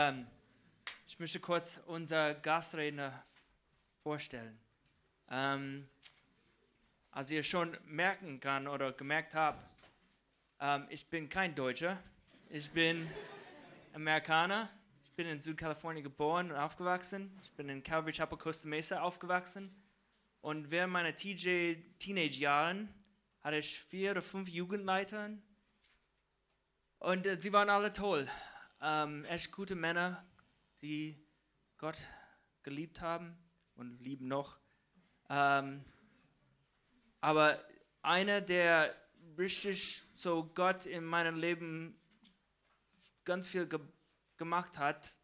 Ähm, ich möchte kurz unser Gastredner vorstellen. Ähm, als ihr schon merken kann oder gemerkt habt, ähm, ich bin kein Deutscher. Ich bin Amerikaner. Ich bin in Südkalifornien geboren und aufgewachsen. Ich bin in Calvary Chapel, Costa Mesa aufgewachsen. Und während meiner TJ Teenage-Jahren hatte ich vier oder fünf Jugendleitern. Und äh, sie waren alle toll. Ähm, echt gute Männer, die Gott geliebt haben und lieben noch. Ähm, aber einer, der richtig so Gott in meinem Leben ganz viel ge gemacht hat,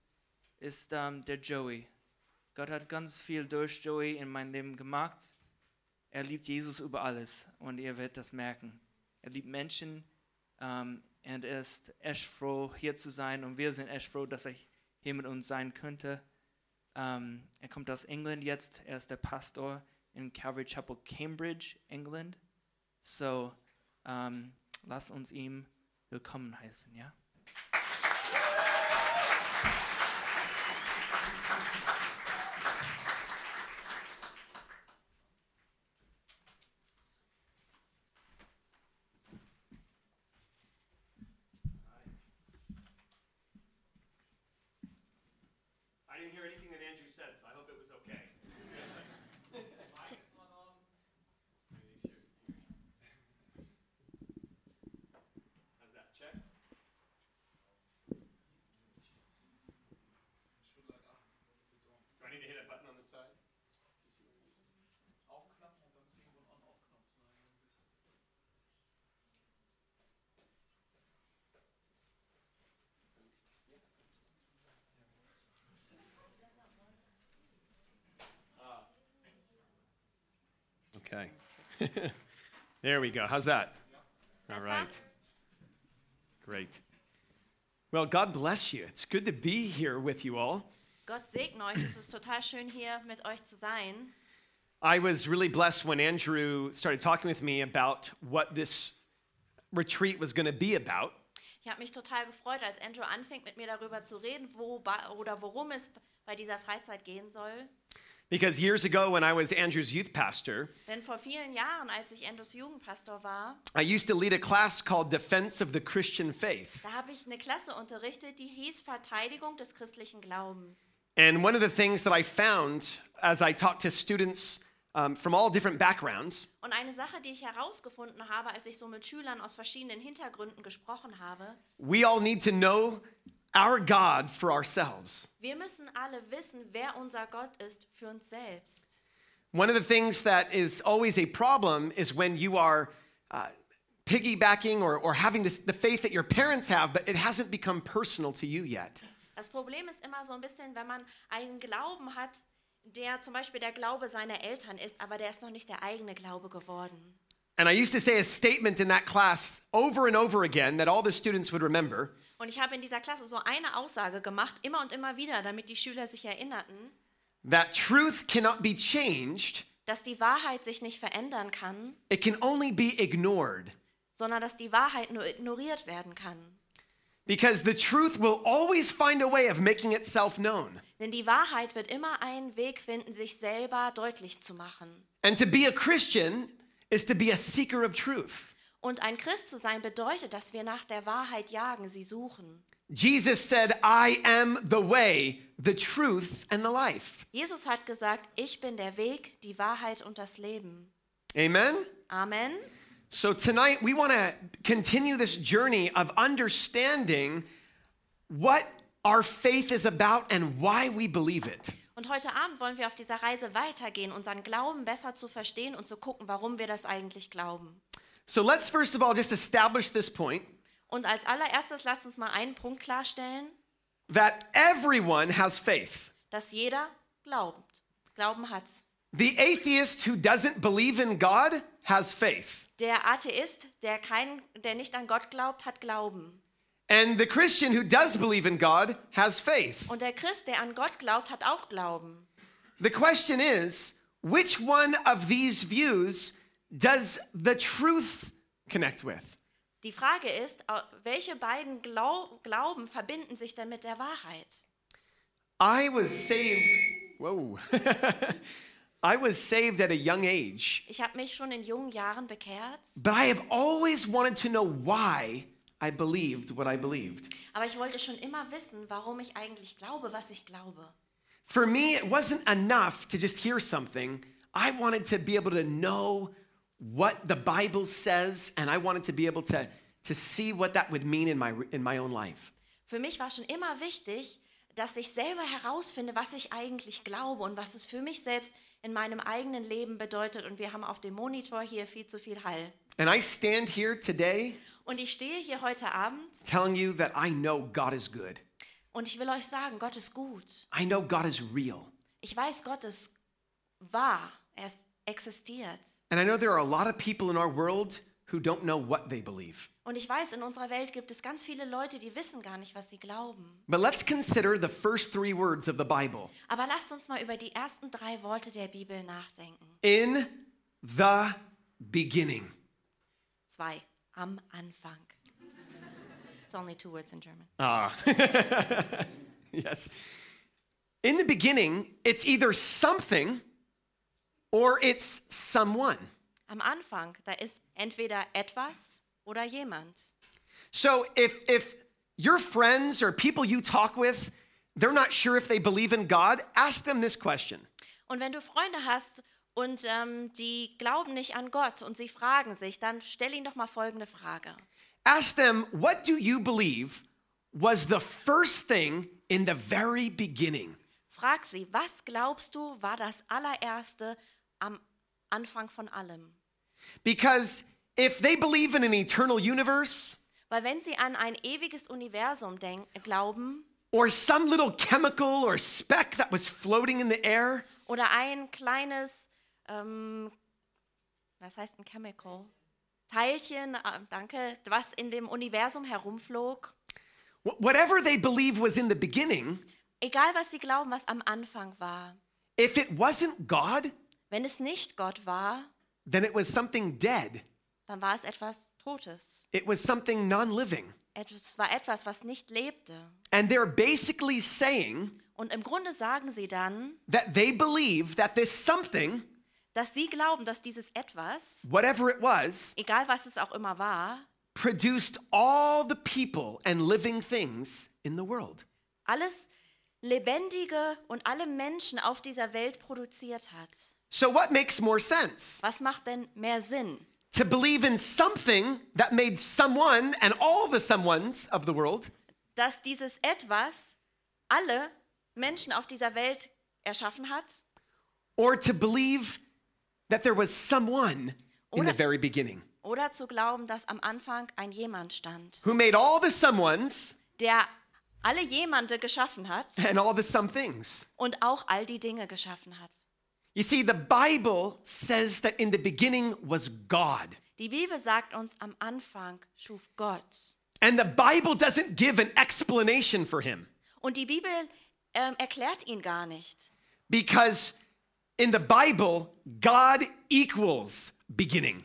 ist ähm, der Joey. Gott hat ganz viel durch Joey in mein Leben gemacht. Er liebt Jesus über alles und ihr werdet das merken. Er liebt Menschen ähm, und er ist echt froh, hier zu sein und wir sind echt froh, dass er hier mit uns sein könnte. Ähm, er kommt aus England jetzt, er ist der Pastor in Calvary Chapel, Cambridge, England. So, ähm, lasst uns ihm willkommen heißen, ja? I didn't hear anything that Andrew said, so I hope it was okay. How's that? Check. Do I need to hit a button on the side? Okay. there we go. How's that? All Besser? right. Great. Well, God bless you. It's good to be here with you all. Gott segne euch. Es ist total schön, hier mit euch zu sein. I was really blessed when Andrew started talking with me about what this retreat was going to be about. Ich habe mich total gefreut, als Andrew anfing, mit mir darüber zu reden, wo ba- oder worum es bei dieser Freizeit gehen soll. Because years ago, when I was Andrew's youth pastor, Denn vor vielen Jahren, als ich Andrews Jugendpastor war, I used to lead a class called Defense of the Christian Faith. da habe ich eine Klasse unterrichtet, die hieß Verteidigung des christlichen Glaubens. And one of the things that I found as I talked to students um, from all different backgrounds Und eine Sache, die ich herausgefunden habe, als ich so mit Schülern aus verschiedenen Hintergründen gesprochen habe, we all need to know our God for ourselves. wir müssen alle wissen, wer unser Gott ist für uns selbst. One of the things that is always a problem is when you are uh, piggybacking or, or having this, the faith that your parents have, but it hasn't become personal to you yet. Das Problem ist immer so ein bisschen, wenn man einen Glauben hat, der zum Beispiel der Glaube seiner Eltern ist, aber der ist noch nicht der eigene Glaube geworden. And I used to say a statement in that class over and over again that all the students would remember. Und ich habe in dieser Klasse so eine Aussage gemacht, immer und immer wieder, damit die Schüler sich erinnerten, that truth cannot be changed, dass die Wahrheit sich nicht verändern kann, it can only be ignored. sondern dass die Wahrheit nur ignoriert werden kann. Because the truth will always find a way of making itself known. Denn die Wahrheit wird immer einen Weg finden, sich selber deutlich zu machen. And to be a Christian is to be a seeker of truth. Und ein Christ zu sein bedeutet, dass wir nach der Wahrheit jagen, sie suchen. Jesus said, I am the way, the truth, and the life. Jesus hat gesagt, ich bin der Weg, die Wahrheit und das Leben. Amen? Amen. So tonight we want to continue this journey of understanding what our faith is about and why we believe it. Und heute Abend wollen wir auf dieser Reise weitergehen, unseren Glauben besser zu verstehen und zu gucken, warum wir das eigentlich glauben. So let's first of all just establish this point Und als allererstes lasst uns mal einen Punkt klarstellen, that everyone has faith. dass jeder glaubt. Glauben hat. The atheist who doesn't believe in God has faith. Der Atheist, der, kein, der nicht an Gott glaubt, hat Glauben. And the Christian who does believe in God has faith. Und der Christ, der an Gott glaubt, hat auch Glauben. The question is which one of these views does the truth connect with? Die Frage ist, au- welche beiden Glau Glauben verbinden sich denn mit der Wahrheit? I was saved. Whoa. I was saved at a young age, Ich habe mich schon in jungen Jahren bekehrt, but I have always wanted to know why I believed what I believed. aber ich wollte schon immer wissen, warum ich eigentlich glaube, was ich glaube. For me, it wasn't enough to just hear something. I wanted to be able to know what the Bible says, and I wanted to be able to, to see what that would mean in my, in my own life. Für mich war schon immer wichtig, dass ich selber herausfinde, was ich eigentlich glaube und was es für mich selbst in meinem eigenen Leben bedeutet. Und wir haben auf dem Monitor hier viel zu viel Hall. And I stand here today Und ich stehe hier heute Abend telling you that I know God is good. und ich will euch sagen, Gott ist gut. I know God is real. Ich weiß, Gott ist wahr. Er ist- existiert. And I know there are a lot of people in our world who don't know what they believe. Und ich weiß, in unserer Welt gibt es ganz viele Leute, die wissen gar nicht, was sie glauben. But let's consider the first three words of the Bible Aber lasst uns mal über die ersten drei Worte der Bibel nachdenken. in the beginning. Zwei. Am Anfang. It's only two words in German. Ah. yes. In the beginning, it's either something or it's someone. Am Anfang, da ist entweder etwas oder jemand. So if if your friends or people you talk with, they're not sure if they believe in God, ask them this question. Und wenn du Freunde hast und ähm, die glauben nicht an Gott und sie fragen sich, dann stell ihnen doch mal folgende Frage. Ask them, what do you believe was the first thing in the very beginning? Frag sie, was glaubst du war das allererste am Anfang von allem? Because if they believe in an eternal universe Weil wenn sie an ein ewiges Universum denk- glauben or some little chemical or speck that was floating in the air, oder ein kleines, ähm, was heißt ein Chemical? Teilchen, äh, danke, was in dem Universum herumflog. wh- whatever they believe was in the beginning, Egal was sie glauben, was am Anfang war. if it wasn't God, Wenn es nicht Gott war, then it was something dead. dann war es etwas Totes. It was something non living. Es war etwas, was nicht lebte. And they're basically saying Und im Grunde sagen sie dann, that they believe that this something, dass sie glauben, dass dieses etwas, whatever it was, egal was es auch immer war, produced all the people and living things in the world. alles Lebendige und alle Menschen auf dieser Welt produziert hat. So, what makes more sense? Was macht denn mehr Sinn? To believe in something that made someone and all the someones of the world, Dass dieses etwas alle Menschen auf dieser Welt erschaffen hat? or to believe that there was someone in the Oder- very beginning Oder zu glauben, dass am Anfang ein jemand stand, who made all the someones der alle jemande geschaffen hat and all the somethings. und auch all die Dinge geschaffen hat. You see, the Bible says that in the beginning was God. Die Bibel sagt uns, am Anfang schuf Gott. And the Bible doesn't give an explanation for him Und die Bibel ähm, erklärt ihn gar nicht. because in the Bible, God equals beginning.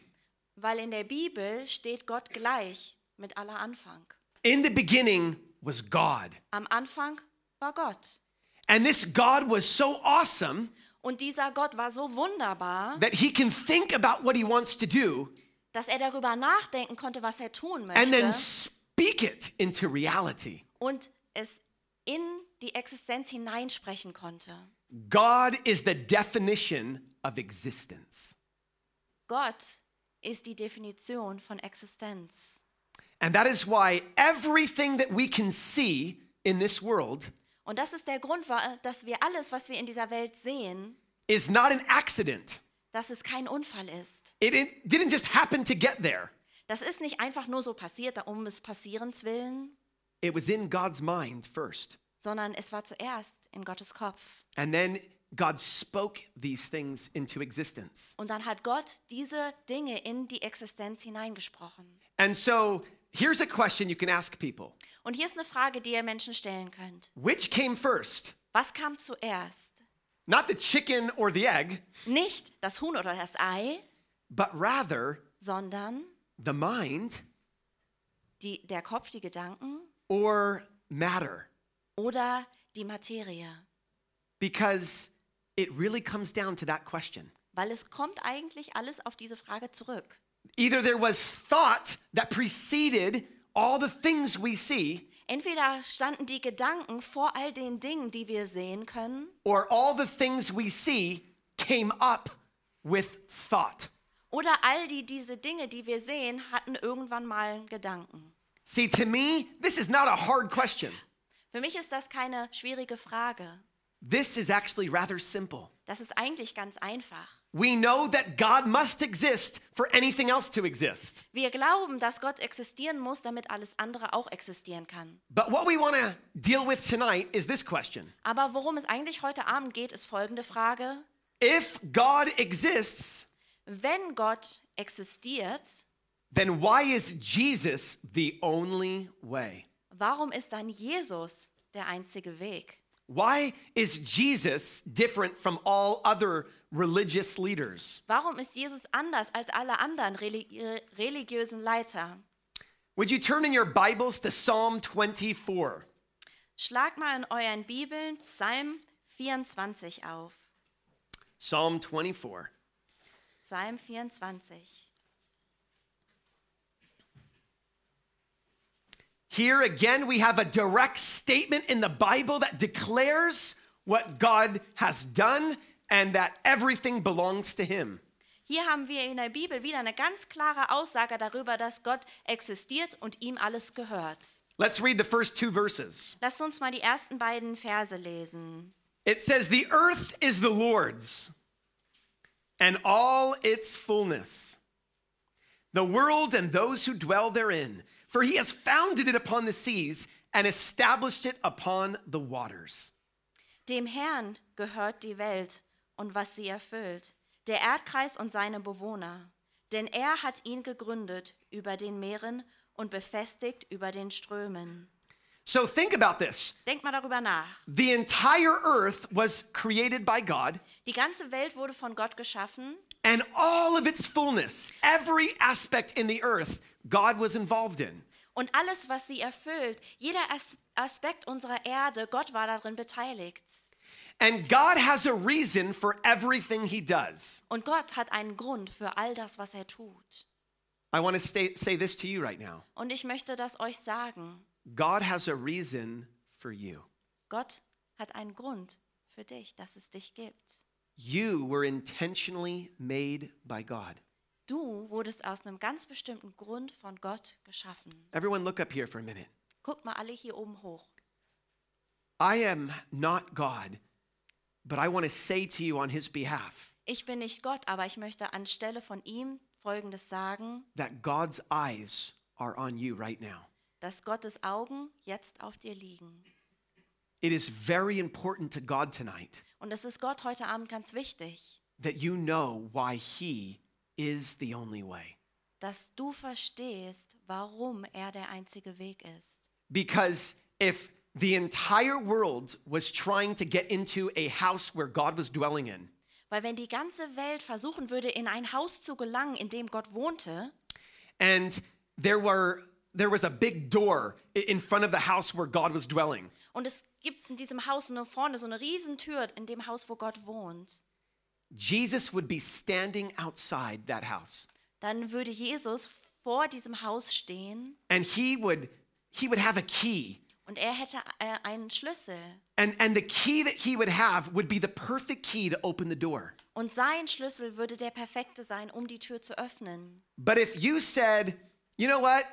Weil in der Bibel steht Gott gleich mit aller Anfang. In the beginning was God. Am Anfang war Gott. And this God was so awesome Und dieser Gott war so wunderbar, that he can think about what he wants to do dass er darüber nachdenken konnte, was er tun and then möchte speak it into reality. und es in die Existenz hineinsprechen konnte. God is the definition of existence. Gott ist die Definition von Existenz. And that is why everything that we can see in this world Und das ist der Grund, wa- dass wir alles, was wir in dieser Welt sehen, is not an accident. dass es kein Unfall ist. It, it didn't just happen to get there, Das ist nicht einfach nur so passiert, da um es passierens willen, it was in God's mind first. sondern es war zuerst in Gottes Kopf. And then God spoke these things into existence. Und dann hat Gott diese Dinge in die Existenz hineingesprochen. And so here's a question you can ask people Und hier ist eine Frage, die ihr Menschen stellen könnt. Which came first? Was kam zuerst? Not the chicken or the egg, Nicht das Huhn oder das Ei, but rather sondern the mind die, der Kopf, die Gedanken or matter oder die Materie. because it really comes down to that question. Weil es kommt eigentlich alles auf diese Frage zurück. Either there was thought that preceded all the things we see, Entweder standen die Gedanken vor all den Dingen, die wir sehen können, or all the things we see came up with thought. oder all die, diese Dinge, die wir sehen, hatten irgendwann mal einen Gedanken. See, to me, this is not a hard question. Für mich ist das keine schwierige Frage. This is actually rather simple. Das ist eigentlich ganz einfach. We know that God must exist for anything else to exist. Wir glauben, dass Gott existieren muss, damit alles andere auch existieren kann. But what we want to deal with tonight is this question Aber worum es eigentlich heute Abend geht, ist folgende Frage. If God exists, Wenn Gott existiert, then why is Jesus the only way? warum ist dann Jesus der einzige Weg? Why is Jesus different from all other religious leaders? Warum ist Jesus anders als alle anderen religi religiösen Leiter? Would you turn in your Bibles to Psalm 24? Schlag mal in euren Bibeln Psalm 24 auf. Psalm 24. Psalm 24. Here again, we have a direct statement in the Bible that declares what God has done and that everything belongs to Him. Hier haben wir in der Bibel wieder eine ganz klare Aussage darüber, dass Gott existiert und ihm alles gehört. Let's read the first two verses. Lasst uns mal die ersten beiden Verse lesen. It says, The earth is the Lord's and all its fullness, the world and those who dwell therein, for he has founded it upon the seas and established it upon the waters. Dem Herrn gehört die Welt und was sie erfüllt, der Erdkreis und seine Bewohner. Denn er hat ihn gegründet über den Meeren und befestigt über den Strömen. So think about this. Denkt mal darüber nach. The entire earth was created by God. Die ganze Welt wurde von Gott geschaffen And all of its fullness, every aspect in the earth, God was involved in. und alles, was sie erfüllt, jeder As Aspekt unserer Erde, Gott war darin beteiligt. And God has a reason for everything he does. Und Gott hat einen Grund für all das, was er tut. I want to stay, say this to you right now Und ich möchte das euch sagen. God has a reason for you. Gott hat einen Grund für dich, dass es dich gibt. You were intentionally made by God. Du wurdest aus einem ganz bestimmten Grund von Gott geschaffen. Everyone, look up here for a minute. Guckt mal alle hier oben hoch. I am not God, but I want to say to you on his behalf Ich bin nicht Gott, aber ich möchte anstelle von ihm Folgendes sagen, that God's eyes are on you right now. dass Gottes Augen jetzt auf dir liegen. It is very important to God tonight Und es ist Gott heute Abend ganz wichtig, that you know why he is the only way. dass du verstehst, warum er der einzige Weg ist. Because if the entire world was trying to get into a house where God was dwelling in, Weil wenn die ganze Welt versuchen würde, in ein Haus zu gelangen, in dem Gott wohnte, and there were there was a big door i- in front of the house where God was dwelling, und es gibt in diesem Haus nur vorne so eine Riesentür, in dem Haus, wo Gott wohnt, Jesus would be standing outside that house. dann würde Jesus vor diesem Haus stehen And he would he would have a key. und er hätte äh, einen Schlüssel. And and the key that he would have would be the perfect key to open the door. Und sein Schlüssel würde der perfekte sein, um die Tür zu öffnen. But if you said, you know what?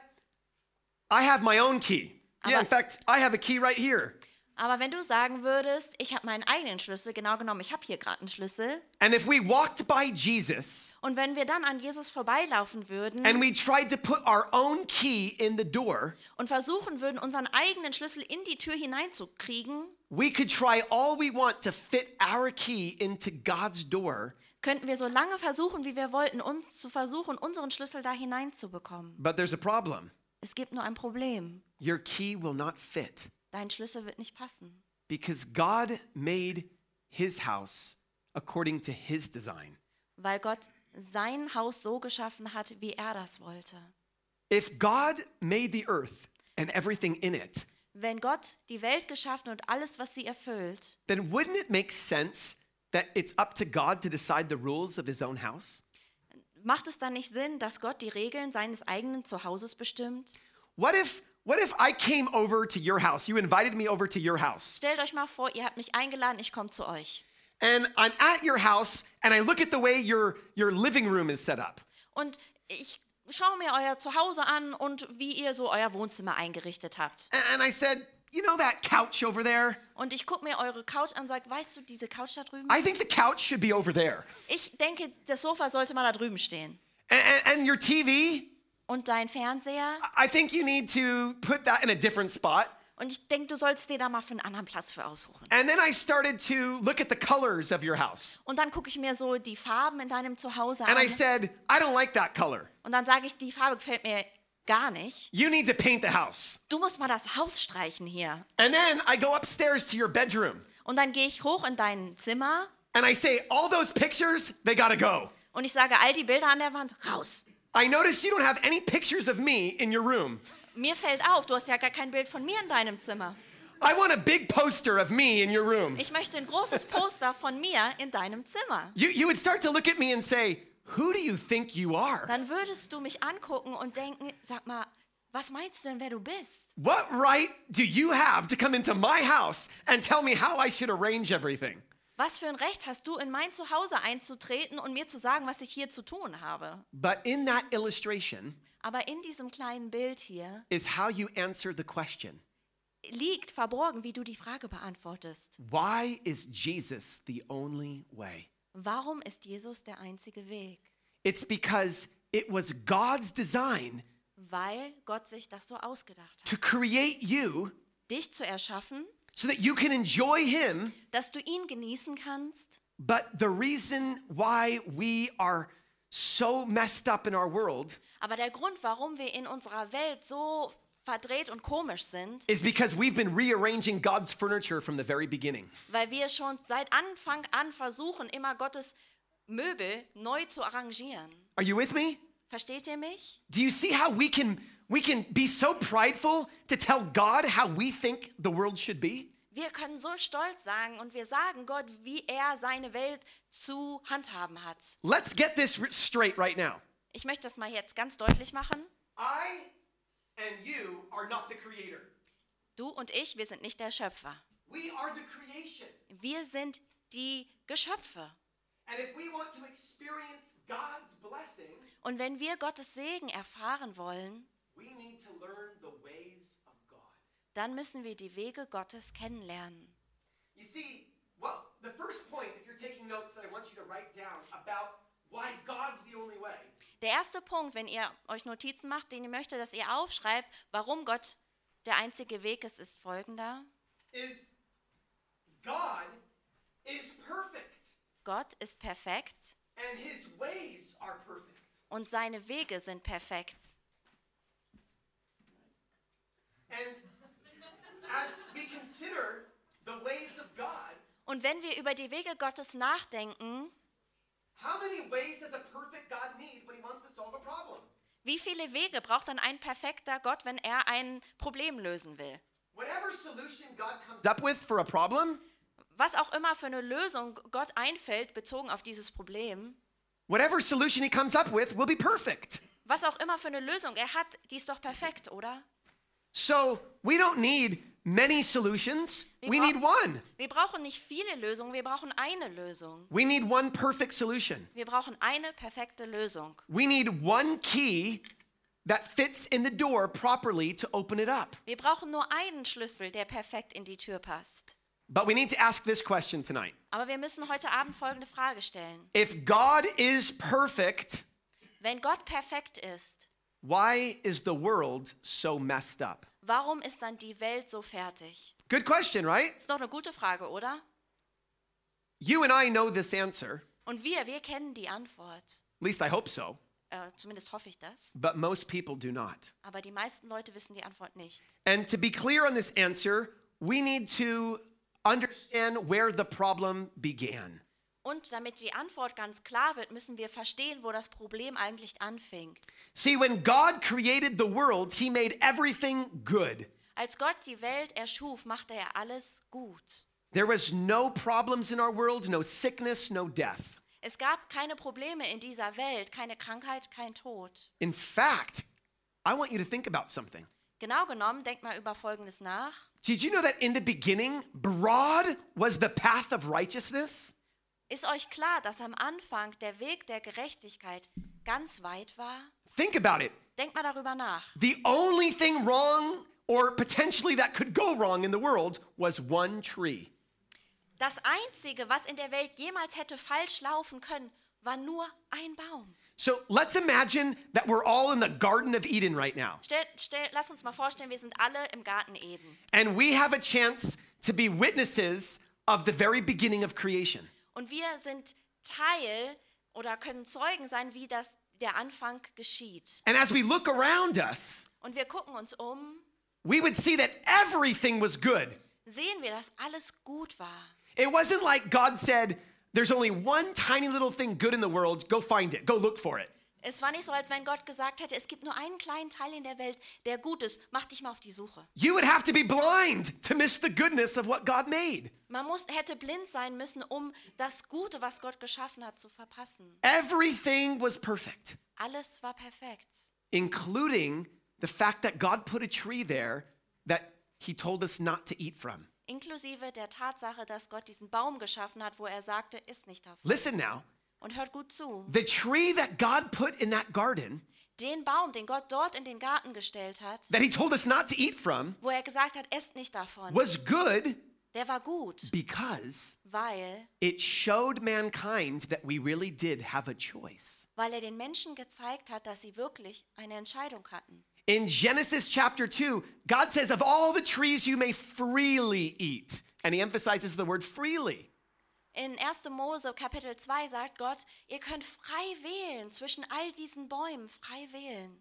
I have my own key. Yeah, in Aber- fact, I have a key right here. Aber wenn du sagen würdest, ich habe meinen eigenen Schlüssel, genau genommen, ich habe hier gerade einen Schlüssel, And if we walked by Jesus und wenn wir dann an Jesus vorbeilaufen würden and we tried to put our own key in the door, und versuchen würden, unseren eigenen Schlüssel in die Tür hineinzukriegen, we could try all we want to fit our key into God's door, könnten wir so lange versuchen, wie wir wollten, uns zu versuchen, unseren Schlüssel da hineinzubekommen. but there's a problem. Es gibt nur ein Problem. Your key will not fit Dein Schlüssel wird nicht passen. because God made his house according to his design. weil Gott sein Haus so geschaffen hat, wie er das wollte. If God made the earth and everything in it, Wenn Gott die Welt geschaffen und alles, was sie erfüllt, then wouldn't it make sense that it's up to God to decide the rules of his own house? macht es dann nicht Sinn, dass Gott die Regeln seines eigenen Zuhauses bestimmt? What if what if I came over to your house? You invited me over to your house. Stellt euch mal vor, ihr habt mich eingeladen, ich komme zu euch. And I'm at your house and I look at the way your your living room is set up. Und ich schaue mir euer Zuhause an und wie ihr so euer Wohnzimmer eingerichtet habt. A- And I said, "You know that couch over there? Und ich gucke mir eure Couch an und sage, weißt du, diese Couch da drüben? I think the couch should be over there." Ich denke, das Sofa sollte mal da drüben stehen. And, and your TV, Und dein Fernseher? I think you need to put that in a different spot. Und ich denke, du sollst dir da mal für einen anderen Platz für aussuchen. And then I started to look at the colors of your house. Und dann gucke ich mir so die Farben in deinem Zuhause an. And I said, I don't like that color. Und dann sage ich, die Farbe gefällt mir gar nicht. You need to paint the house. Du musst mal das Haus streichen hier. And then I go upstairs to your bedroom Und dann gehe ich hoch in dein Zimmer and I say, All those pictures, they gotta go. und ich sage, all die Bilder an der Wand, raus. I notice you don't have any pictures of me in your room. Mir fällt auf, du hast ja gar kein Bild von mir in deinem Zimmer. I want a big poster of me in your room. Ich möchte ein großes Poster von mir in deinem Zimmer. You, you would start to look at me and say, Who do you think you are? Dann würdest du mich angucken und denken, sag mal, was meinst du denn, wer du bist? What right do you have to come into my house and tell me how I should arrange everything? Was für ein Recht hast du, in mein Zuhause einzutreten und mir zu sagen, was ich hier zu tun habe? But in that illustration Aber in diesem kleinen Bild hier is how you answer the question liegt verborgen, wie du die Frage beantwortest. Why is Jesus the only way? Warum ist Jesus der einzige Weg? It's because it was God's design Weil Gott sich das so ausgedacht hat. to create you Dich zu erschaffen, so that you can enjoy Him. dass du ihn genießen kannst. But the reason why we are so messed up in our world Aber der Grund, warum wir in unserer Welt so verdreht und komisch sind, is because we've been rearranging God's furniture from the very beginning. weil wir schon seit Anfang an versuchen, immer Gottes Möbel neu zu arrangieren. Are you with me? Versteht ihr mich? Do you see how we can we can be so prideful to tell God how we think the world should be? Wir können so stolz sagen und wir sagen Gott, wie er seine Welt zu handhaben hat. Let's get this r- straight right now. Ich möchte das mal jetzt ganz deutlich machen. I and you are not the creator. Du und ich, wir sind nicht der Schöpfer. We are the creation. Wir sind die Geschöpfe. And if we want to experience God's blessing, Und wenn wir Gottes Segen erfahren wollen, we need to learn the ways of God. dann müssen wir die Wege Gottes kennenlernen. You see, well, the first point, if you're taking notes, that I want you to write down about why God's the only way Der erste Punkt, wenn ihr euch Notizen macht, den ich möchte, dass ihr aufschreibt, warum Gott der einzige Weg ist, ist folgender. is God is perfect Gott ist perfekt and his ways are perfect. und seine Wege sind perfekt. And as we consider the ways of God, Und wenn wir über die Wege Gottes nachdenken, How many ways does a perfect God need when he wants to solve a problem? wie viele Wege braucht dann ein perfekter Gott, wenn er ein Problem lösen will? Whatever solution God comes up with for a problem, Was auch immer für eine Lösung Gott einfällt, bezogen auf dieses Problem, whatever solution he comes up with will be perfect. was auch immer für eine Lösung er hat, die ist doch perfekt, oder? So we don't need many solutions. We bra- need one. Wir brauchen nicht viele Lösungen, wir brauchen eine Lösung. We need one perfect solution. Wir brauchen eine perfekte Lösung. We need one key that fits in the door properly to open it up. Wir brauchen nur einen Schlüssel, der perfekt in die Tür passt. But we need to ask this question tonight. Aber wir müssen heute Abend folgende Frage stellen. If God is perfect, Wenn Gott perfekt ist, why is the world so messed up? warum ist dann die Welt so fertig? Good question, right? Ist doch eine gute Frage, oder? You and I know this answer. Und wir, wir kennen die Antwort. At least I hope so. Äh, zumindest hoffe ich das. But most people do not. Aber die meisten Leute wissen die Antwort nicht. And to be clear on this answer, we need to understand where the problem began. Und damit die Antwort ganz klar wird, müssen wir verstehen, wo das Problem eigentlich anfing. See, when God created the world, he made everything good. Als Gott die Welt erschuf, machte er alles gut. There was no problems in our world, no sickness, no death. Es gab keine Probleme in dieser Welt, keine Krankheit, kein Tod. In fact, I want you to think about something. Genau genommen, denkt mal über Folgendes nach. Did you know that in the beginning, broad was the path of righteousness? Ist euch klar, dass am Anfang der Weg der Gerechtigkeit ganz weit war? Think about it. Denkt mal darüber nach. The only thing wrong, or potentially that could go wrong in the world, was one tree. Das Einzige, was in der Welt jemals hätte falsch laufen können, war nur ein Baum. So let's imagine that we're all in the Garden of Eden right now, Stell, stell, lass uns mal vorstellen, wir sind alle im Garten Eden. and we have a chance to be witnesses of the very beginning of creation. Und wir sind Teil oder können Zeugen sein, wie das, der Anfang geschieht. And as we look around us, Und wir gucken uns um, we would see that everything was good. sehen wir, dass alles gut war. It wasn't like God said, There's only one tiny little thing good in the world, go find it, go look for it. Es war nicht so, als wenn Gott gesagt hätte, es gibt nur einen kleinen Teil in der Welt, der gut ist. Mach dich mal auf die Suche. You would have to be blind to miss the goodness of what God made. Man muss, hätte blind sein müssen, um das Gute, was Gott geschaffen hat, zu verpassen. Everything was perfect, Alles war perfekt. including the fact that God put a tree there that He told us not to eat from. Inklusive der Tatsache, dass Gott diesen Baum geschaffen hat, wo er sagte, ist nicht davon. Listen now, Und hört gut zu. the tree that God put in that garden Den Baum, den Gott dort in den Garten gestellt hat, that He told us not to eat from wo er gesagt hat, esst nicht davon, was good der war gut, because weil, it showed mankind that we really did have a choice. weil er den Menschen gezeigt hat, dass sie wirklich eine Entscheidung hatten. In Genesis chapter 2, God says, Of all the trees you may freely eat. And he emphasizes the word freely. In 1. Mose Kapitel 2 sagt Gott, ihr könnt frei wählen zwischen all diesen Bäumen, frei wählen.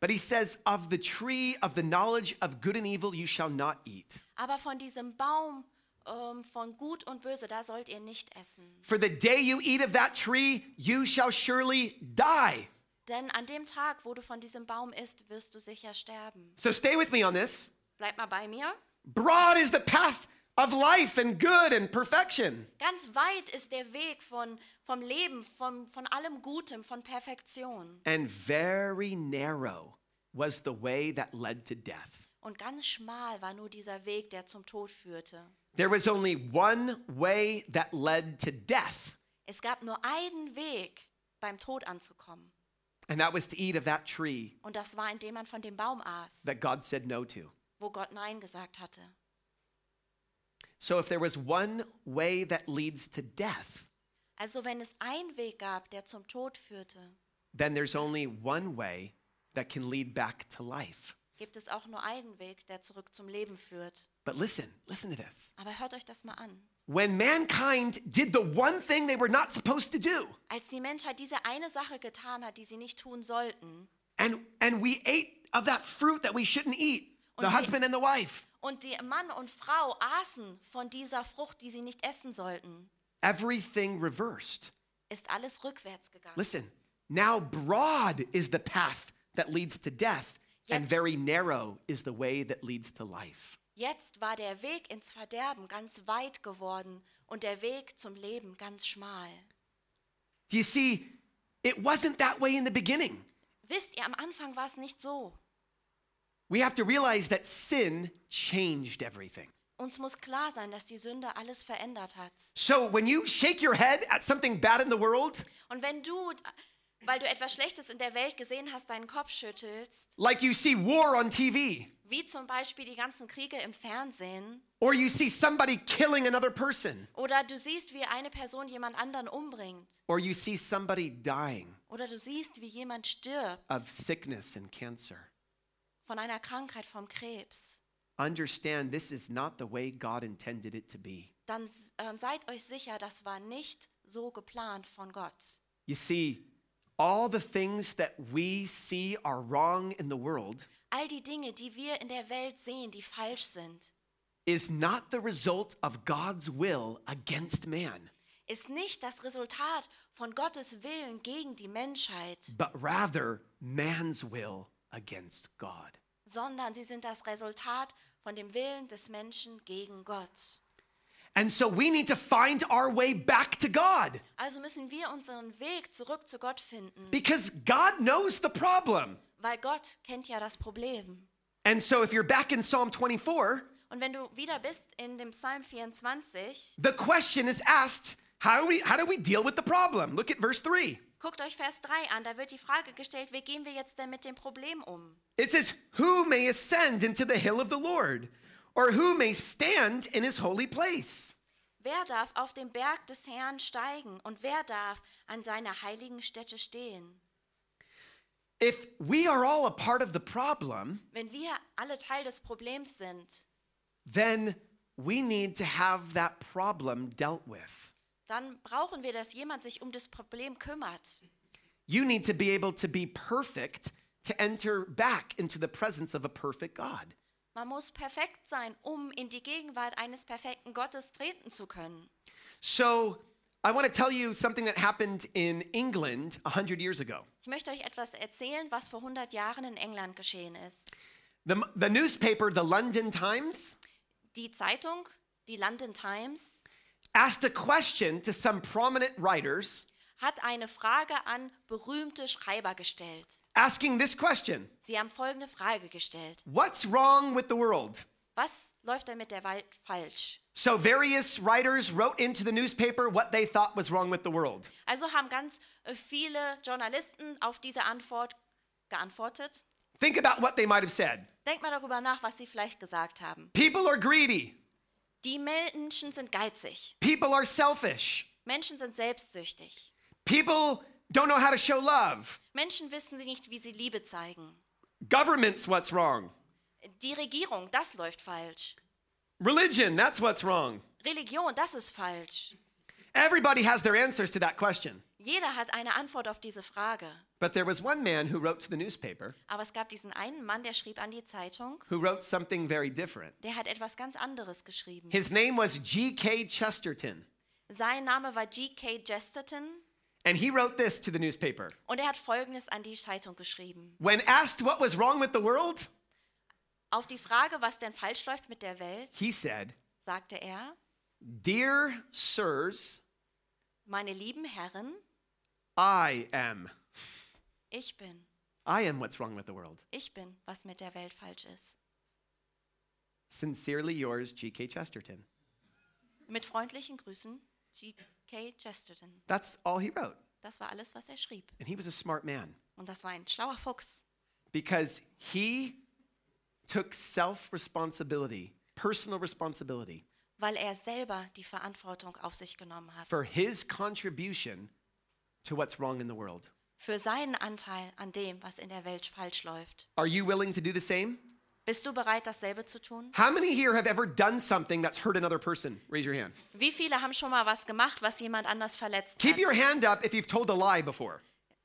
But he says, Of the tree of the knowledge of good and evil you shall not eat. Aber von diesem Baum ähm, von Gut und Böse, da sollt ihr nicht essen. For the day you eat of that tree, you shall surely die. Denn an dem Tag, wo du von diesem Baum isst, wirst du sicher sterben. So stay with me on this. Bleib mal bei mir. Broad is the path of life and good and perfection. Ganz weit ist der Weg von, vom Leben, von, von allem Gutem, von Perfektion. And very narrow was the way that led to death. Und ganz schmal war nur dieser Weg, der zum Tod führte. There was only one way that led to death. Es gab nur einen Weg, beim Tod anzukommen. And that was to eat of that tree Und das war, indem man von dem Baum aß, that God said no to. wo Gott Nein gesagt hatte. So if there was one way that leads to death, Also wenn es einen Weg gab, der zum Tod führte, then there's only one way that can lead back to life. gibt es auch nur einen Weg, der zurück zum Leben führt. But listen, listen to this. Aber hört euch das mal an. When mankind did the one thing they were not supposed to do, Als die Menschheit diese eine Sache getan hat, die sie nicht tun sollten, and and we ate of that fruit that we shouldn't eat, the Und wir- husband and the wife, und die Mann und Frau aßen von dieser Frucht, die sie nicht essen sollten, everything reversed. ist alles rückwärts gegangen. Listen, now broad is the path that leads to death, and Yet- very narrow is the way that leads to life. Jetzt war der Weg ins Verderben ganz weit geworden und der Weg zum Leben ganz schmal. Do you see? It wasn't that way in the beginning. Wisst ihr, am Anfang war es nicht so. We have to realize that sin changed everything. Uns muss klar sein, dass die Sünde alles verändert hat. So when you shake your head at something bad in the world, Und wenn du, weil du etwas Schlechtes in der Welt gesehen hast, deinen Kopf schüttelst, like you see war on TV, wie zum Beispiel die ganzen Kriege im Fernsehen, or you see somebody killing another person, oder du siehst, wie eine Person jemand anderen umbringt, or you see somebody dying oder du siehst, wie jemand stirbt of sickness and cancer, von einer Krankheit, vom Krebs, understand this is not the way God intended it to be. dann ähm, seid euch sicher, das war nicht so geplant von Gott. You see, all the things that we see are wrong in the world All die Dinge, die wir in der Welt sehen, die falsch sind, is not the result of God's will against man. ist nicht das Resultat von Gottes Willen gegen die Menschheit, but rather man's will against God. sondern sie sind das Resultat von dem Willen des Menschen gegen Gott. And so we need to find our way back to God Also müssen wir unseren Weg zurück zu Gott finden, because God knows the problem. weil Gott kennt ja das Problem. And so if you're back in Psalm 24, Und wenn du wieder bist in dem Psalm 24, the question is asked, how do we how do we deal with the problem? Look at verse 3. guckt euch Vers 3 an, da wird die Frage gestellt, wie gehen wir jetzt denn mit dem Problem um? It says, "Who may ascend into the hill of the Lord, or who may stand in his holy place?" Wer darf auf den Berg des Herrn steigen und wer darf an seiner heiligen Stätte stehen? If we are all a part of the problem, Wenn wir alle Teil des Problems sind, then we need to have that problem dealt with. dann brauchen wir, dass jemand sich um das Problem kümmert. You need to be able to be perfect to enter back into the presence of a perfect God. Man muss perfekt sein, um in die Gegenwart eines perfekten Gottes treten zu können. So, I want to tell you something that happened in England 100 years ago. Ich möchte euch etwas erzählen, was vor 100 Jahren in England geschehen ist. The, the newspaper, the London Times, Die Zeitung, die London Times, asked a question to some prominent writers hat eine Frage an berühmte Schreiber gestellt. asking this question Sie haben folgende Frage gestellt. What's wrong with the world? Was läuft denn mit der Welt falsch? So, various writers wrote into the newspaper what they thought was wrong with the world. Also haben ganz äh, viele Journalisten auf diese Antwort geantwortet. Think about what they might have said. Denkt mal darüber nach, was sie vielleicht gesagt haben. People are greedy. Die Menschen sind geizig. People are selfish. Menschen sind selbstsüchtig. People don't know how to show love. Menschen wissen sie nicht, wie sie Liebe zeigen. Government's what's wrong. Die Regierung, das läuft falsch. Religion, that's what's wrong. Religion, das ist falsch. Everybody has their answers to that question. Jeder hat eine Antwort auf diese Frage. But there was one man who wrote to the newspaper Aber es gab diesen einen Mann, der schrieb an die Zeitung, who wrote something very different. der hat etwas ganz anderes geschrieben. His name was G.K. Chesterton. Sein Name war G.K. Chesterton And he wrote this to the newspaper. und er hat Folgendes an die Zeitung geschrieben. When asked what was wrong with the world, Auf die Frage, was denn falsch läuft mit der Welt, he said, sagte er, Dear sirs, meine lieben Herren, I am. ich bin, I am what's wrong with the world. ich bin, was mit der Welt falsch ist. Sincerely yours, G.K. Chesterton. Mit freundlichen Grüßen, G.K. Chesterton. That's all he wrote. Das war alles, was er schrieb. And he was a smart man Und das war ein schlauer Fuchs, because he took self responsibility, personal responsibility weil er selber die Verantwortung auf sich genommen hat. for his contribution to what's wrong in the world. Für seinen Anteil an dem, was in der Welt falsch läuft. Are you willing to do the same? Bist du bereit, dasselbe zu tun? How many here have ever done something that's hurt another person? Raise your hand. Wie viele haben schon mal was gemacht, was jemand anders verletzt Keep your hat? hand up if you've told a lie before.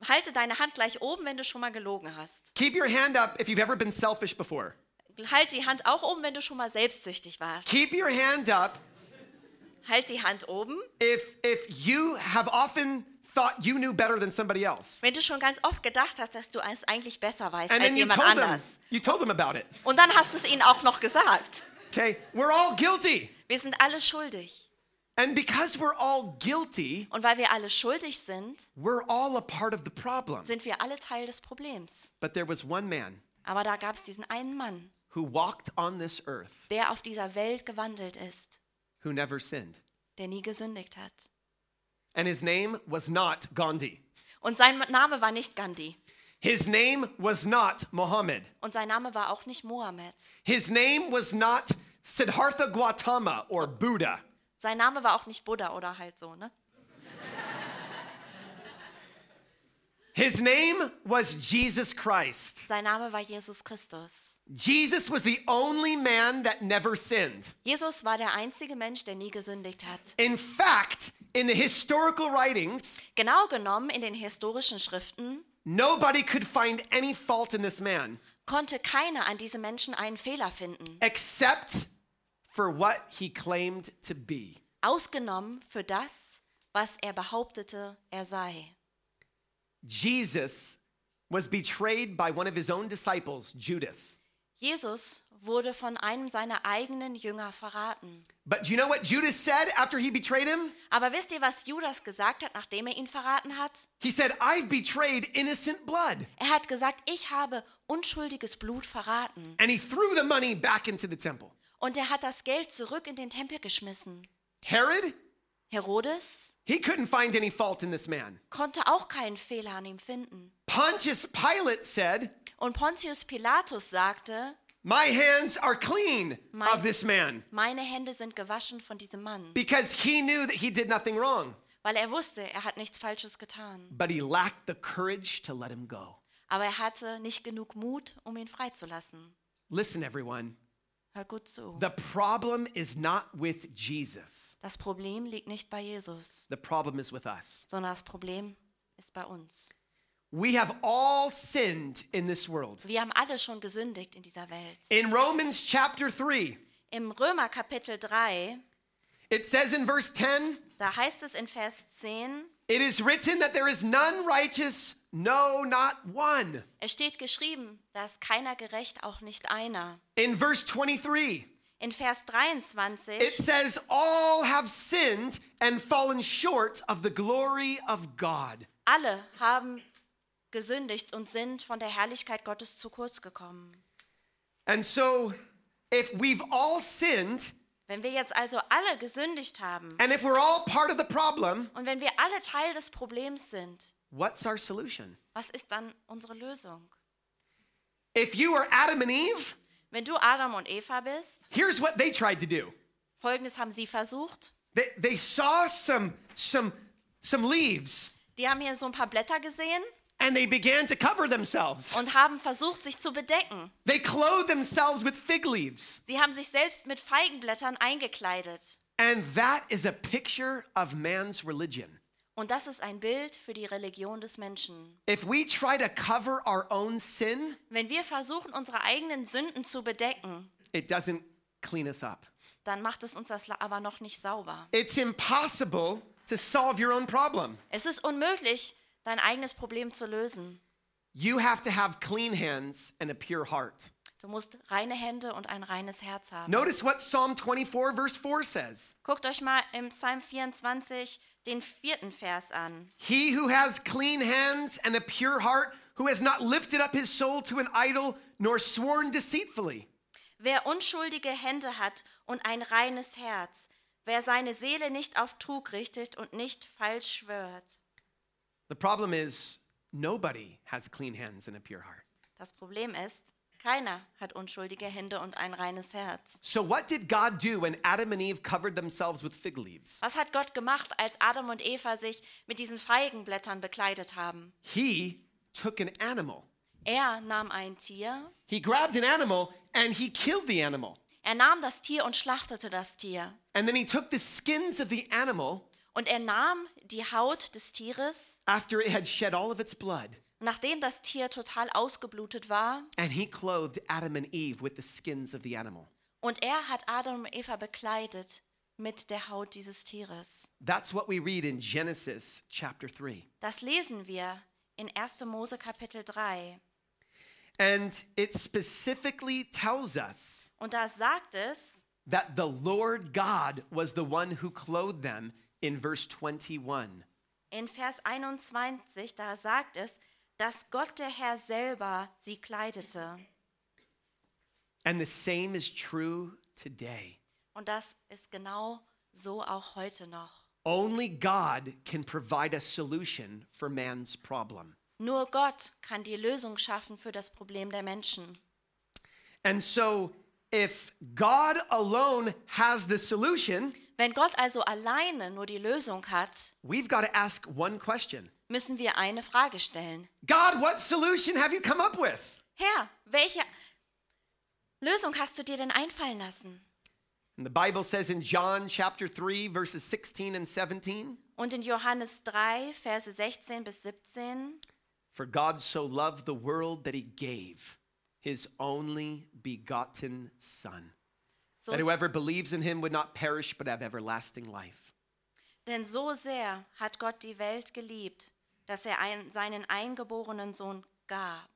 Halte deine Hand gleich oben, wenn du schon mal gelogen hast. Keep your hand up if you've ever been selfish before. Halt die Hand auch oben, wenn du schon mal selbstsüchtig warst. Keep your hand up Halt die Hand oben, if if you have often thought you knew better than somebody else. wenn du schon ganz oft gedacht hast, dass du es eigentlich besser weißt And als then you jemand told them. anders. You told them about it. Und dann hast du es ihnen auch noch gesagt. Okay? We're all guilty. Wir sind alle schuldig. And because we're all guilty, Und weil wir alle schuldig sind, we're all a part of the problem. sind wir alle Teil des Problems. But there was one man Aber da gab es diesen einen Mann, who walked on this earth der auf dieser Welt gewandelt ist, who never sinned. der nie gesündigt hat. And his name was not Gandhi. Und sein Name war nicht Gandhi. His name was not Muhammad. Und sein Name war auch nicht Mohammed. His name was not Siddhartha Gautama or Buddha. Sein Name war auch nicht Buddha oder halt so, ne? His name was Jesus Christ. Sein Name war Jesus Christus. Jesus was the only man that never sinned. Jesus war der einzige Mensch, der nie gesündigt hat. In fact, in the historical writings, Genau genommen in den historischen Schriften nobody could find any fault in this man konnte keiner an diesem Menschen einen Fehler finden, except for what he claimed to be. ausgenommen für das, was er behauptete, er sei. Jesus was betrayed by one of his own disciples, Judas. Jesus wurde von einem seiner eigenen Jünger verraten. But do you know what Judas said after he betrayed him? Aber wisst ihr, was Judas gesagt hat, nachdem er ihn verraten hat? He said, I've betrayed innocent blood. Er hat gesagt, ich habe unschuldiges Blut verraten. And he threw the money back into the temple. Und er hat das Geld zurück in den Tempel geschmissen. Herod, Herodes he couldn't find any fault in this man. konnte auch keinen Fehler an ihm finden. Pontius Pilate said, Und Pontius Pilatus sagte, My hands are clean My- of this man meine Hände sind gewaschen von diesem Mann, because he knew that he did nothing wrong, weil er wusste, er hat nichts Falsches getan. but he lacked the courage to let him go. Aber er hatte nicht genug Mut, um ihn freizulassen. Listen, everyone, Hört gut zu. the problem is not with Jesus, Das Problem liegt nicht bei Jesus, the problem is with us. sondern das Problem ist bei uns. We have all sinned in this world. Wir haben alle schon gesündigt in dieser Welt. In Romans chapter 3, Im Römer Kapitel 3, it says in verse 10, da heißt es in Vers 10, It is written that there is none righteous, no, not one. es steht geschrieben, da ist keiner gerecht, auch nicht einer. In verse 23, In Vers it 23, says, All have sinned and fallen short of the glory of God. alle haben gesündigt und sind von der Herrlichkeit Gottes zu kurz gekommen. And so, if we've all sinned, Wenn wir jetzt also alle gesündigt haben and if we're all part of the problem, und wenn wir alle Teil des Problems sind, what's our solution? was ist dann unsere Lösung? If you are Adam and Eve, Wenn du Adam und Eva bist, here's what they tried to do folgendes haben sie versucht. they, they saw some, some, some leaves Die haben hier so ein paar Blätter gesehen and they began to cover themselves. und haben versucht, sich zu bedecken. They clothed themselves with fig leaves. Sie haben sich selbst mit Feigenblättern eingekleidet. And that is a picture of man's religion. Und das ist ein Bild für die Religion des Menschen. If we try to cover our own sin, Wenn wir versuchen, unsere eigenen Sünden zu bedecken, it doesn't clean us up. dann macht es uns das aber noch nicht sauber. It's impossible to solve your own problem. Es ist unmöglich, dein eigenes Problem zu lösen. You have to have clean hands and a pure heart. Du musst reine Hände und ein reines Herz haben. Notice what Psalm 24, verse 4 says Guckt euch mal im Psalm 24 den vierten Vers an. He who has clean hands and a pure heart, who has not lifted up his soul to an idol, nor sworn deceitfully. Wer unschuldige Hände hat und ein reines Herz, wer seine Seele nicht auf Trug richtet und nicht falsch schwört. The problem is, nobody has clean hands and a pure heart. Das Problem ist, keiner hat unschuldige Hände und ein reines Herz. So, what did God do when Adam and Eve covered themselves with fig leaves? Was hat Gott gemacht, als Adam und Eva sich mit diesen Feigenblättern bekleidet haben? He took an animal. Er nahm ein Tier, He grabbed an animal and he killed the animal. er nahm das Tier und schlachtete das Tier. And then he took the skins of the animal Und er nahm die Haut des Tieres, after it had shed all of its blood nachdem das Tier total ausgeblutet war, and he clothed Adam and Eve with the skins of the animal. und er hat Adam und Eva bekleidet mit der Haut dieses Tieres. That's what we read in Genesis chapter 3. Das lesen wir in 1. Mose Kapitel 3. And it specifically tells us Und da sagt es, that the Lord God was the one who clothed them in verse 21. In Vers 21, da sagt es, dass Gott der Herr selber sie kleidete. And the same is true today. Und das ist genau so auch heute noch. Only God can provide a solution for man's problem. Nur Gott kann die Lösung schaffen für das Problem der Menschen. And so, if God alone has the solution, Wenn Gott also alleine nur die Lösung hat, we've got to ask one question müssen wir eine Frage stellen. God, what solution have you come up with? Herr, welche Lösung hast du dir denn einfallen lassen? And the Bible says in John chapter 3, verses 16 and 17 Und in Johannes 3, Verse 16 bis 17, For God so loved the world that he gave his only begotten Son, so that whoever believes in him would not perish but have everlasting life. Denn so sehr hat Gott die Welt geliebt, dass er ein, seinen eingeborenen Sohn gab,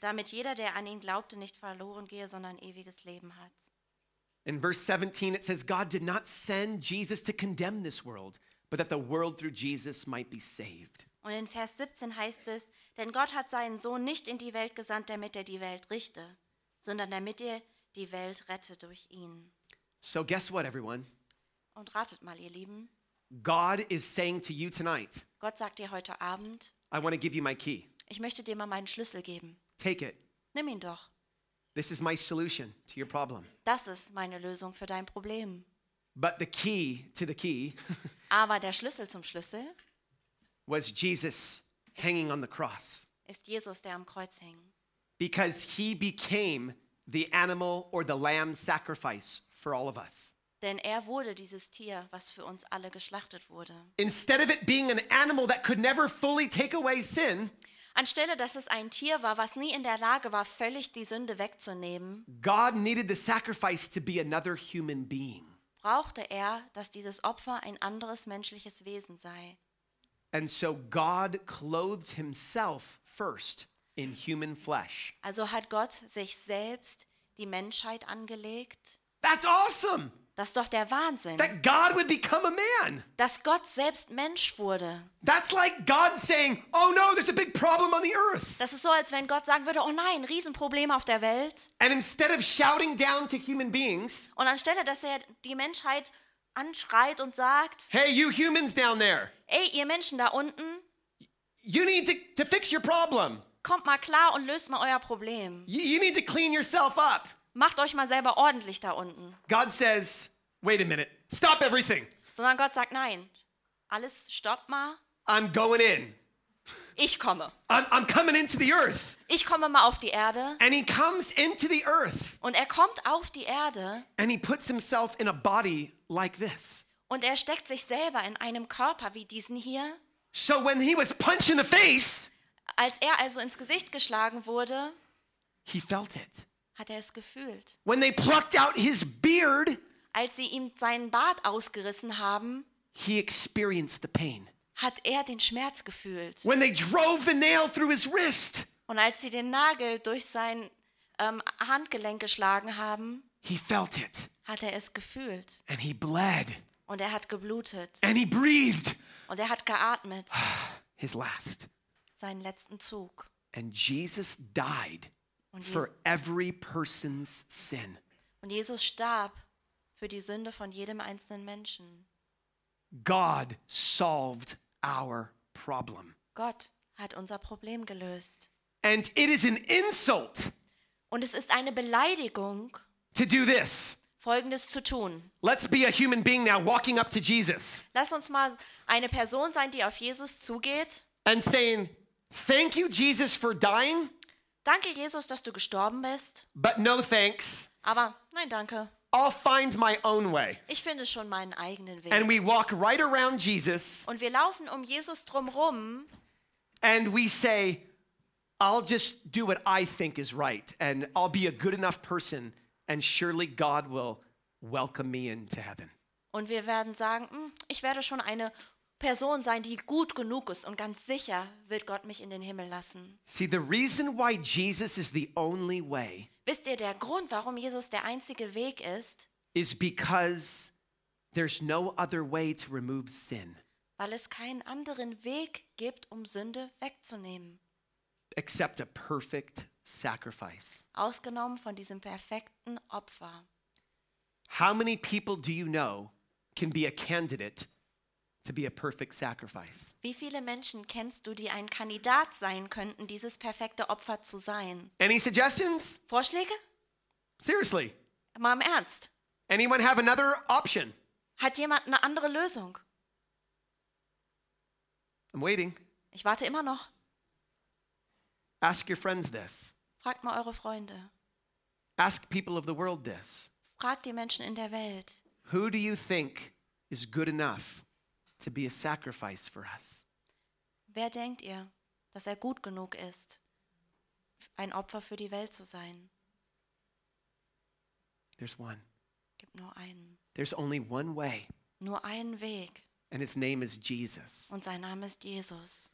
damit jeder, der an ihn glaubte, nicht verloren gehe, sondern ewiges Leben hat. In verse 17, it says, God did not send Jesus to condemn this world, but that the world through Jesus might be saved. Und in Vers 17 heißt es, denn Gott hat seinen Sohn nicht in die Welt gesandt, damit er die Welt richte, sondern damit er die Welt rette durch ihn. So, guess what, everyone? Und ratet mal, ihr Lieben, God is saying to you tonight, Gott sagt dir heute Abend, I want to give you my key. ich möchte dir mal meinen Schlüssel geben. Take it. Nimm ihn doch. This is my solution to your problem. Das ist meine Lösung für dein Problem. But the key to the key Aber der Schlüssel zum Schlüssel was Jesus hanging on the cross ist Jesus, der am Kreuz hing. because he became the animal or the lamb sacrifice for all of us. Denn er wurde dieses Tier, was für uns alle geschlachtet wurde. Instead of it being an animal that could never fully take away sin, Anstelle, dass es ein Tier war, was nie in der Lage war, völlig die Sünde wegzunehmen, God needed the sacrifice to be another human being. brauchte er, dass dieses Opfer ein anderes menschliches Wesen sei. And so God clothed himself first in human flesh. Also hat Gott sich selbst die Menschheit angelegt. That's awesome! Das ist doch der Wahnsinn, That God would become a man. dass Gott selbst Mensch wurde. That's like God saying, oh no, there's a big problem on the earth. Das ist so, als wenn Gott sagen würde, oh nein, Riesenproblem auf der Welt. And instead of shouting down to human beings, Und anstelle, dass er die Menschheit anschreit und sagt, hey, you humans down there, ey, ihr Menschen da unten, you need to, to fix your problem. kommt mal klar und löst mal euer Problem. You, you need to clean yourself up. Macht euch mal selber ordentlich da unten. God says, wait a minute, stop everything. Sondern Gott sagt, nein, alles stopp mal, I'm going in. ich komme. I'm, I'm coming into the earth. Ich komme mal auf die Erde. And he comes into the earth Und er kommt auf die Erde and he puts himself in a body like this. und er steckt sich selber in einem Körper wie diesen hier. So when he was punched in the face, Als er also ins Gesicht geschlagen wurde, he felt it. hat er es gefühlt. When they plucked out his beard, Als sie ihm seinen Bart ausgerissen haben, he experienced the pain. hat er den Schmerz gefühlt. When they drove the nail through his wrist, Und als sie den Nagel durch sein ähm, Handgelenk geschlagen haben, he felt it hat er es gefühlt. and he bled Und er hat geblutet. and he breathed Und er hat geatmet. his last. Seinen letzten Zug. And Jesus died Und, Jes for every person's sin. und Jesus starb für die Sünde von jedem einzelnen Menschen. God solved our problem. Gott hat unser Problem gelöst. And it is an insult Und es ist eine Beleidigung, to do this. Folgendes zu tun. Let's be a human being now walking up to Jesus Lass uns mal eine Person sein, die auf Jesus zugeht. and saying, Thank you, Jesus, for dying, Danke, Jesus, dass du gestorben bist. but no thanks. Aber nein, danke. I'll find my own way. Ich finde schon meinen eigenen Weg. And we walk right around Jesus Und wir laufen um Jesus drumrum and we say, I'll just do what I think is right and I'll be a good enough person and surely God will welcome me into heaven. und wir werden sagen, "Hm, ich werde schon eine Person sein, die gut genug ist und ganz sicher wird Gott mich in den Himmel lassen. See, the reason why Jesus is the only way Wisst ihr, der Grund, warum Jesus der einzige Weg ist, is because there's no other way to remove sin weil es keinen anderen Weg gibt, um Sünde wegzunehmen, except a perfect sacrifice. ausgenommen von diesem perfekten Opfer. How many people do you know can be a candidate to be a perfect sacrifice? Wie viele Menschen kennst du, die ein Kandidat sein könnten, dieses perfekte Opfer zu sein? Any suggestions? Vorschläge? Seriously. Mal im Ernst. Anyone have another option? Hat jemand eine andere Lösung? I'm waiting. Ich warte immer noch. Ask your friends this. Fragt mal eure Freunde. Ask people of the world this. Fragt die Menschen in der Welt. Who do you think is good enough to be a sacrifice for us? Wer denkt ihr, dass er gut genug ist, ein Opfer für die Welt zu sein? There's one. Gibt nur einen. There's only one way nur einen Weg and his name is Jesus. und sein Name ist Jesus.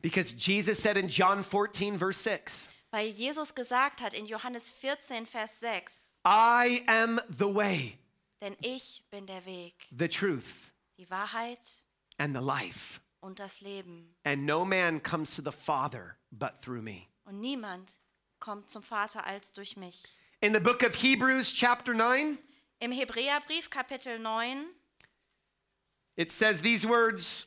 Because Jesus said in John 14, verse 6, Weil Jesus gesagt hat in Johannes 14, Vers 6, I am the way, denn ich bin der Weg, the truth, die Wahrheit and the life. und das Leben. And no man comes to the Father but through me. Und niemand kommt zum Vater als durch mich. In the book of Hebrews, chapter 9, Im Hebräerbrief Kapitel 9, it says these words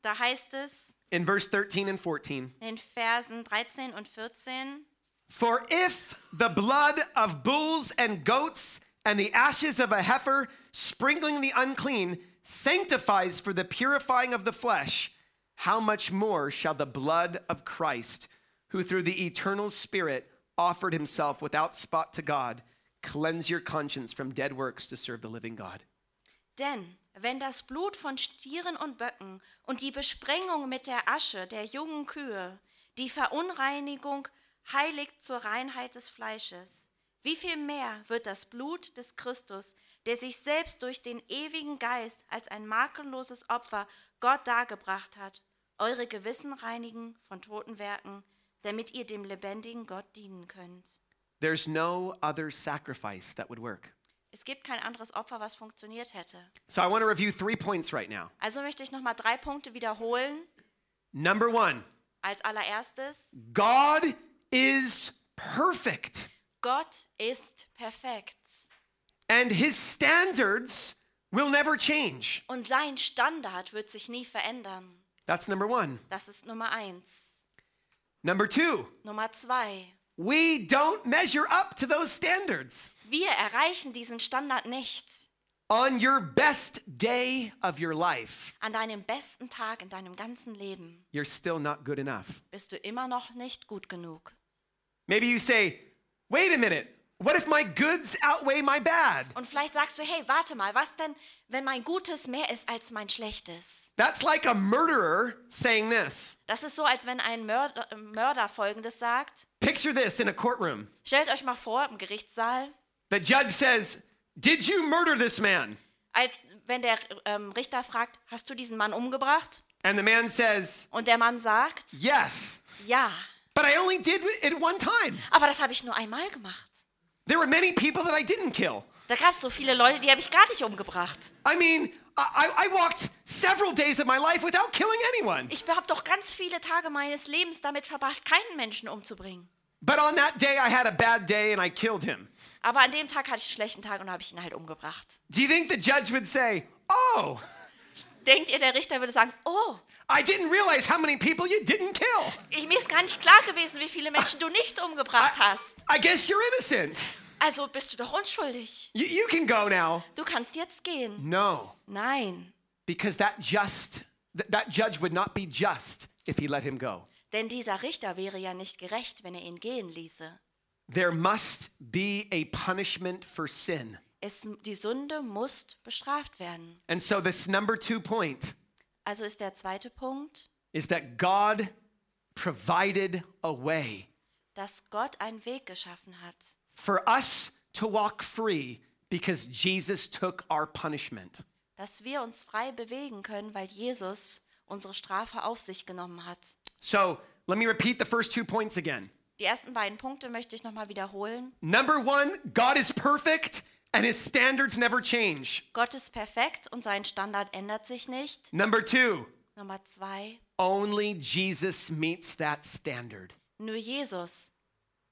da heißt es in verse 13 and 14 in den Versen 13 und 14, For if the blood of bulls and goats and the ashes of a heifer sprinkling the unclean sanctifies for the purifying of the flesh, how much more shall the blood of Christ, who through the eternal Spirit offered himself without spot to God, cleanse your conscience from dead works to serve the living God? Denn wenn das Blut von Stieren und Böcken und die Besprengung mit der Asche der jungen Kühe die Verunreinigung heiligt zur Reinheit des Fleisches, wie viel mehr wird das Blut des Christus, der sich selbst durch den ewigen Geist als ein makelloses Opfer Gott dargebracht hat, eure Gewissen reinigen von toten Werken, damit ihr dem lebendigen Gott dienen könnt. There's no other sacrifice that would work. Es gibt kein anderes Opfer, was funktioniert hätte. So I want to review three points right now. Also möchte ich nochmal drei Punkte wiederholen. Number one, Als allererstes, God is perfect. Gott ist perfekt and his standards will never change. und sein Standard wird sich nie verändern. That's number one. Das ist Nummer eins. Number two, Nummer zwei, we don't measure up to those standards. wir erreichen diesen Standard nicht. On your best day of your life, An deinem besten Tag in deinem ganzen Leben you're still not good enough. bist du immer noch nicht gut genug. Maybe you say, wait a minute, what if my goods outweigh my bad? Und vielleicht sagst du, hey, warte mal, was denn, wenn mein Gutes mehr ist als mein Schlechtes? That's like a murderer saying this. Das ist so, als wenn ein Mörder, Mörder Folgendes sagt. Picture this in a courtroom. Stellt euch mal vor, im Gerichtssaal, The judge says, Did you murder this man? als, wenn der ähm, Richter fragt, hast du diesen Mann umgebracht? And the man says, Und der Mann sagt, Yes, ja, but I only did it one time. aber das habe ich nur einmal gemacht. There were many people that I didn't kill. Da gab es so viele Leute, die habe ich gar nicht umgebracht. I mean, I, I I walked several days of my life without killing anyone. Ich habe doch ganz viele Tage meines Lebens damit verbracht, keinen Menschen umzubringen. But on that day, I had a bad day and I killed him. Aber an dem Tag hatte ich einen schlechten Tag und habe ich ihn halt umgebracht. Do you think the judge would say, Oh, Denkt ihr, der Richter würde sagen, oh, I didn't realize how many people you didn't kill? ich, mir ist gar nicht klar gewesen, wie viele Menschen du nicht umgebracht hast. I guess you're innocent. Also bist du doch unschuldig. You, you can go now. Du kannst jetzt gehen. No, Nein, because that just th- that judge would not be just if he let him go. denn dieser Richter wäre ja nicht gerecht, wenn er ihn gehen ließe. There must be a punishment for sin. Es, die Sünde muss bestraft werden. And so this number two point Also ist der zweite Punkt, is that God provided a way dass Gott einen Weg geschaffen hat, for us to walk free because Jesus took our punishment. dass wir uns frei bewegen können, weil Jesus unsere Strafe auf sich genommen hat. So let me repeat the first two points again. Die ersten beiden Punkte möchte ich nochmal wiederholen. Number one, God is perfect and his standards never change. Gott ist perfekt und sein Standard ändert sich nicht. Number two, Nummer zwei, only Jesus meets that standard. nur Jesus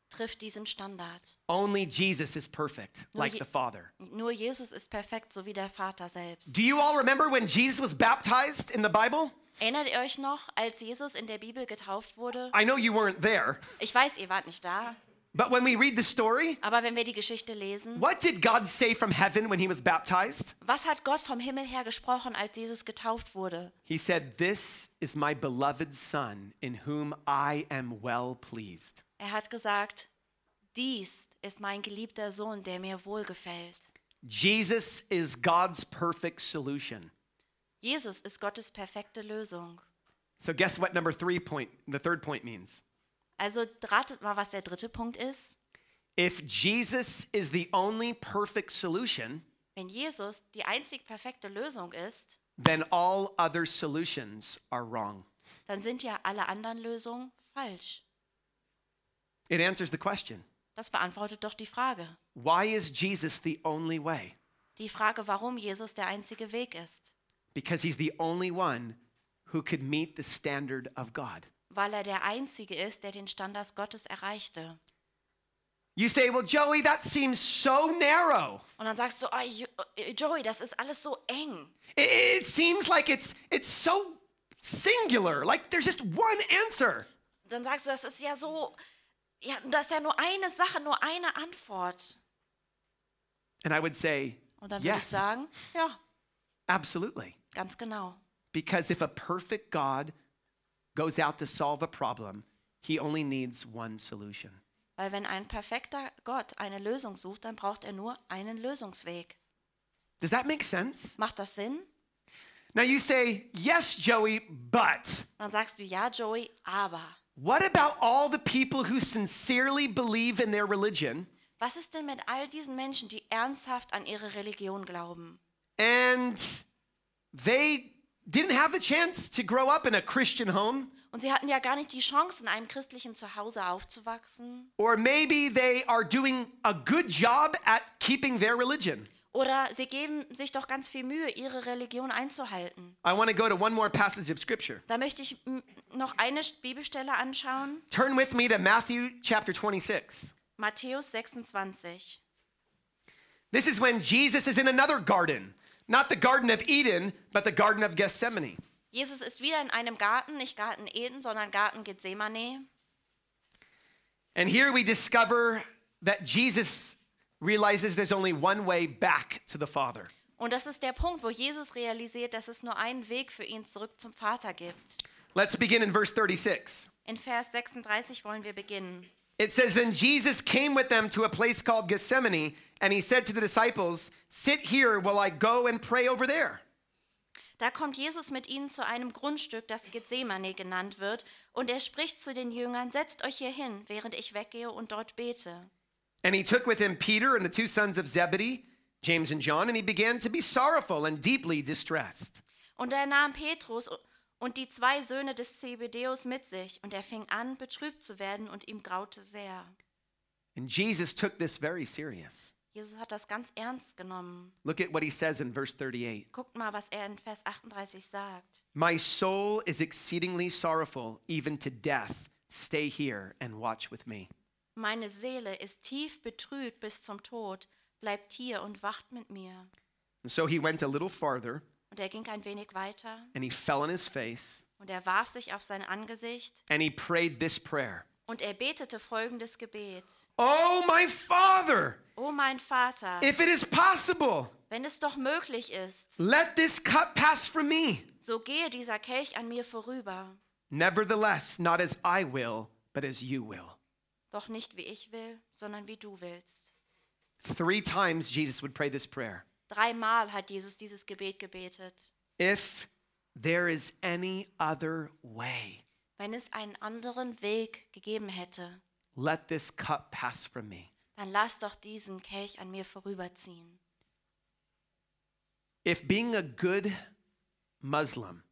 trifft diesen Standard. Only Jesus is perfect, Nur like Je- the Father. Nur Jesus ist perfekt, so wie der Vater selbst. Do you all remember when Jesus was baptized in the Bible? Erinnert ihr euch noch, als Jesus in der Bibel getauft wurde? I know you weren't there, Ich weiß, ihr wart nicht da, but when we read the story, aber wenn wir die Geschichte lesen, what did God say from heaven when he was baptized? Was hat Gott vom Himmel her gesprochen, als Jesus getauft wurde? He said, This is my beloved Son, in whom I am well pleased. Er hat gesagt, dies ist mein geliebter Sohn, der mir wohlgefällt. Jesus is God's perfect solution. Jesus ist Gottes perfekte Lösung. So, guess what number three point, the third point means? Also ratet mal, was der dritte Punkt ist. If Jesus is the only perfect solution, Wenn Jesus die einzig perfekte Lösung ist, then all other solutions are wrong. dann sind ja alle anderen Lösungen falsch. It answers the question Das beantwortet doch die Frage. why is Jesus the only way? Die Frage, warum Jesus der einzige Weg ist. Because he's the only one who could meet the standard of God. Weil er der einzige ist, der den Standard Gottes erreichte. You say, well, Joey, that seems so narrow. Und dann sagst du, oh, Jo- äh, Joey, das ist alles so eng. It, it seems like it's, it's so singular, like there's just one answer. Dann sagst du, das ist ja so, ja, das ist ja nur eine Sache, nur eine Antwort. And I would say, Und dann würde ich yes, sagen, ja, absolutely. ganz genau. Because if a perfect God goes out to solve a problem, he only needs one solution. Weil wenn ein perfekter Gott eine Lösung sucht, dann braucht er nur einen Lösungsweg. Does that make sense? Macht das Sinn? Und Now you say, yes, Joey, but dann sagst du, ja, Joey, aber. what about all the people who sincerely believe in their religion Was ist denn mit all diesen Menschen, die ernsthaft an ihre Religion glauben and they didn't have the chance to grow up in a Christian home? und sie hatten ja gar nicht die Chance, in einem christlichen Zuhause aufzuwachsen? Or maybe they are doing a good job at keeping their religion. Oder sie geben sich doch ganz viel Mühe, ihre Religion einzuhalten. I want to go to one more passage of scripture. Da möchte ich m, noch eine Bibelstelle anschauen. Turn with me to Matthew chapter 26. Matthäus 26. This is when Jesus is in another garden, not the Garden of Eden, but the Garden of Gethsemane. Jesus ist wieder in einem Garten, nicht Garten Eden, sondern Garten Gethsemane. And here we discover that Jesus realizes there's only one way back to the Father. Und das ist der Punkt, wo Jesus realisiert, dass es nur einen Weg für ihn zurück zum Vater gibt. Let's begin in verse 36. In Vers 36 wollen wir beginnen. It says, Then Jesus came with them to a place called Gethsemane, and he said to the disciples, Sit here while I go and pray over there. Da kommt Jesus mit ihnen zu einem Grundstück, das Gethsemane genannt wird, und er spricht zu den Jüngern: Setzt euch hier hin, während ich weggehe und dort bete. And he took with him Peter and the two sons of Zebedee, James and John, and he began to be sorrowful and deeply distressed. Und er nahm Petrus und die zwei Söhne des Zebedeus mit sich, und er fing an, betrübt zu werden, und ihm graute sehr. And Jesus took this very serious. Jesus hat das ganz ernst genommen. Look at what he says in verse 38. Guckt mal, was er in Vers 38 sagt. My soul is exceedingly sorrowful, even to death. Stay here and watch with me. Meine Seele ist tief betrübt bis zum Tod, bleibt hier und wacht mit mir. And so he went a little farther Und er ging ein wenig weiter, and he fell on his face und er warf sich auf sein Angesicht, and he prayed this prayer und er betete folgendes Gebet. Oh, my Father, O mein Vater, if it is possible, wenn es doch möglich ist, let this cup pass from me. so gehe dieser Kelch an mir vorüber. Nevertheless, not as I will, but as you will. Doch nicht wie ich will, sondern wie du willst. Three times Jesus would pray this prayer. Dreimal hat Jesus dieses Gebet gebetet. If there is any other way, Wenn es einen anderen Weg gegeben hätte, let this cup pass from me. dann lass doch diesen Kelch an mir vorüberziehen. If being a good Muslim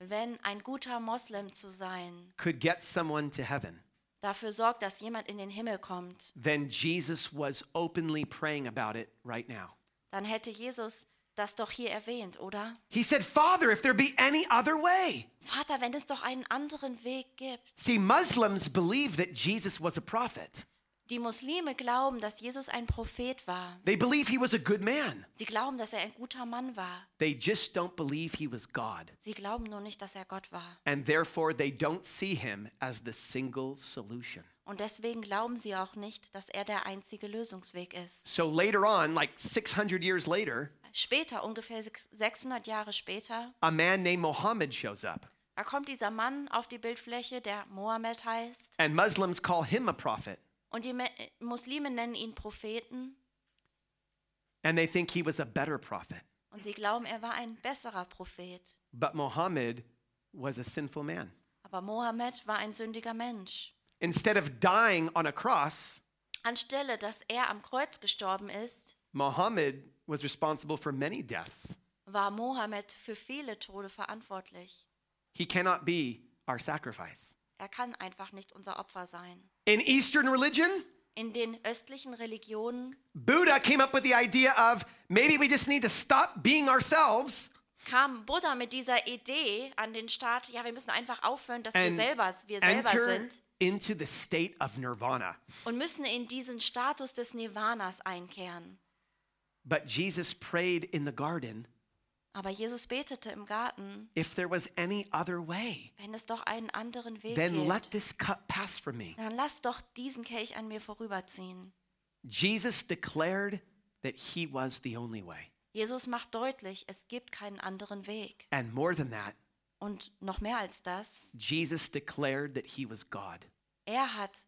Wenn ein guter Moslem zu sein could get someone to heaven, dafür sorgt, dass jemand in den Himmel kommt, then Jesus was openly praying about it right now. dann hätte Jesus das doch hier erwähnt, oder? He said, Father, if there be any other way. Vater, wenn es doch einen anderen Weg gibt. See, Muslims believe that Jesus was a prophet, Die Muslime glauben, dass Jesus ein Prophet war. they believe he was a good man. Sie glauben, dass er ein guter Mann war. They just don't believe he was God. Sie glauben nur nicht, dass er Gott war. And therefore, they don't see him as the single solution. Und deswegen glauben sie auch nicht, dass er der einzige Lösungsweg ist. So later on, like 600 years later, Später, ungefähr sechs- 600 Jahre später, a man named Mohammed shows up. da kommt dieser Mann auf die Bildfläche, der Mohammed heißt. And Muslims call him a prophet. Und die Me- äh, Muslime nennen ihn Propheten. And they think he was a better prophet. Und sie glauben, er war ein besserer Prophet. But Mohammed was a sinful man. Aber Mohammed war ein sündiger Mensch. Instead of dying on a cross, Anstelle, dass er am Kreuz gestorben ist, Muhammad was responsible for many deaths. war Mohammed für viele Tode verantwortlich. He cannot be our sacrifice. Er kann einfach nicht unser Opfer sein. In Eastern religion, In den östlichen Religionen Buddha came up with the idea of maybe we just need to stop being ourselves kam Buddha mit dieser Idee an den Staat, ja, wir müssen einfach aufhören, dass wir and selber, wir selber enter sind into the state of nirvana. und müssen in diesen Status des Nirvanas einkehren. But Jesus prayed in the garden Aber Jesus betete im Garten, if there was any other way, wenn es doch einen anderen Weg then let gibt, this cup pass from me. dann lass doch diesen Kelch an mir vorüberziehen. Jesus declared that he was the only way. Jesus macht deutlich, es gibt keinen anderen Weg. And more than that, Und noch mehr als das, Jesus declared that he was God. er hat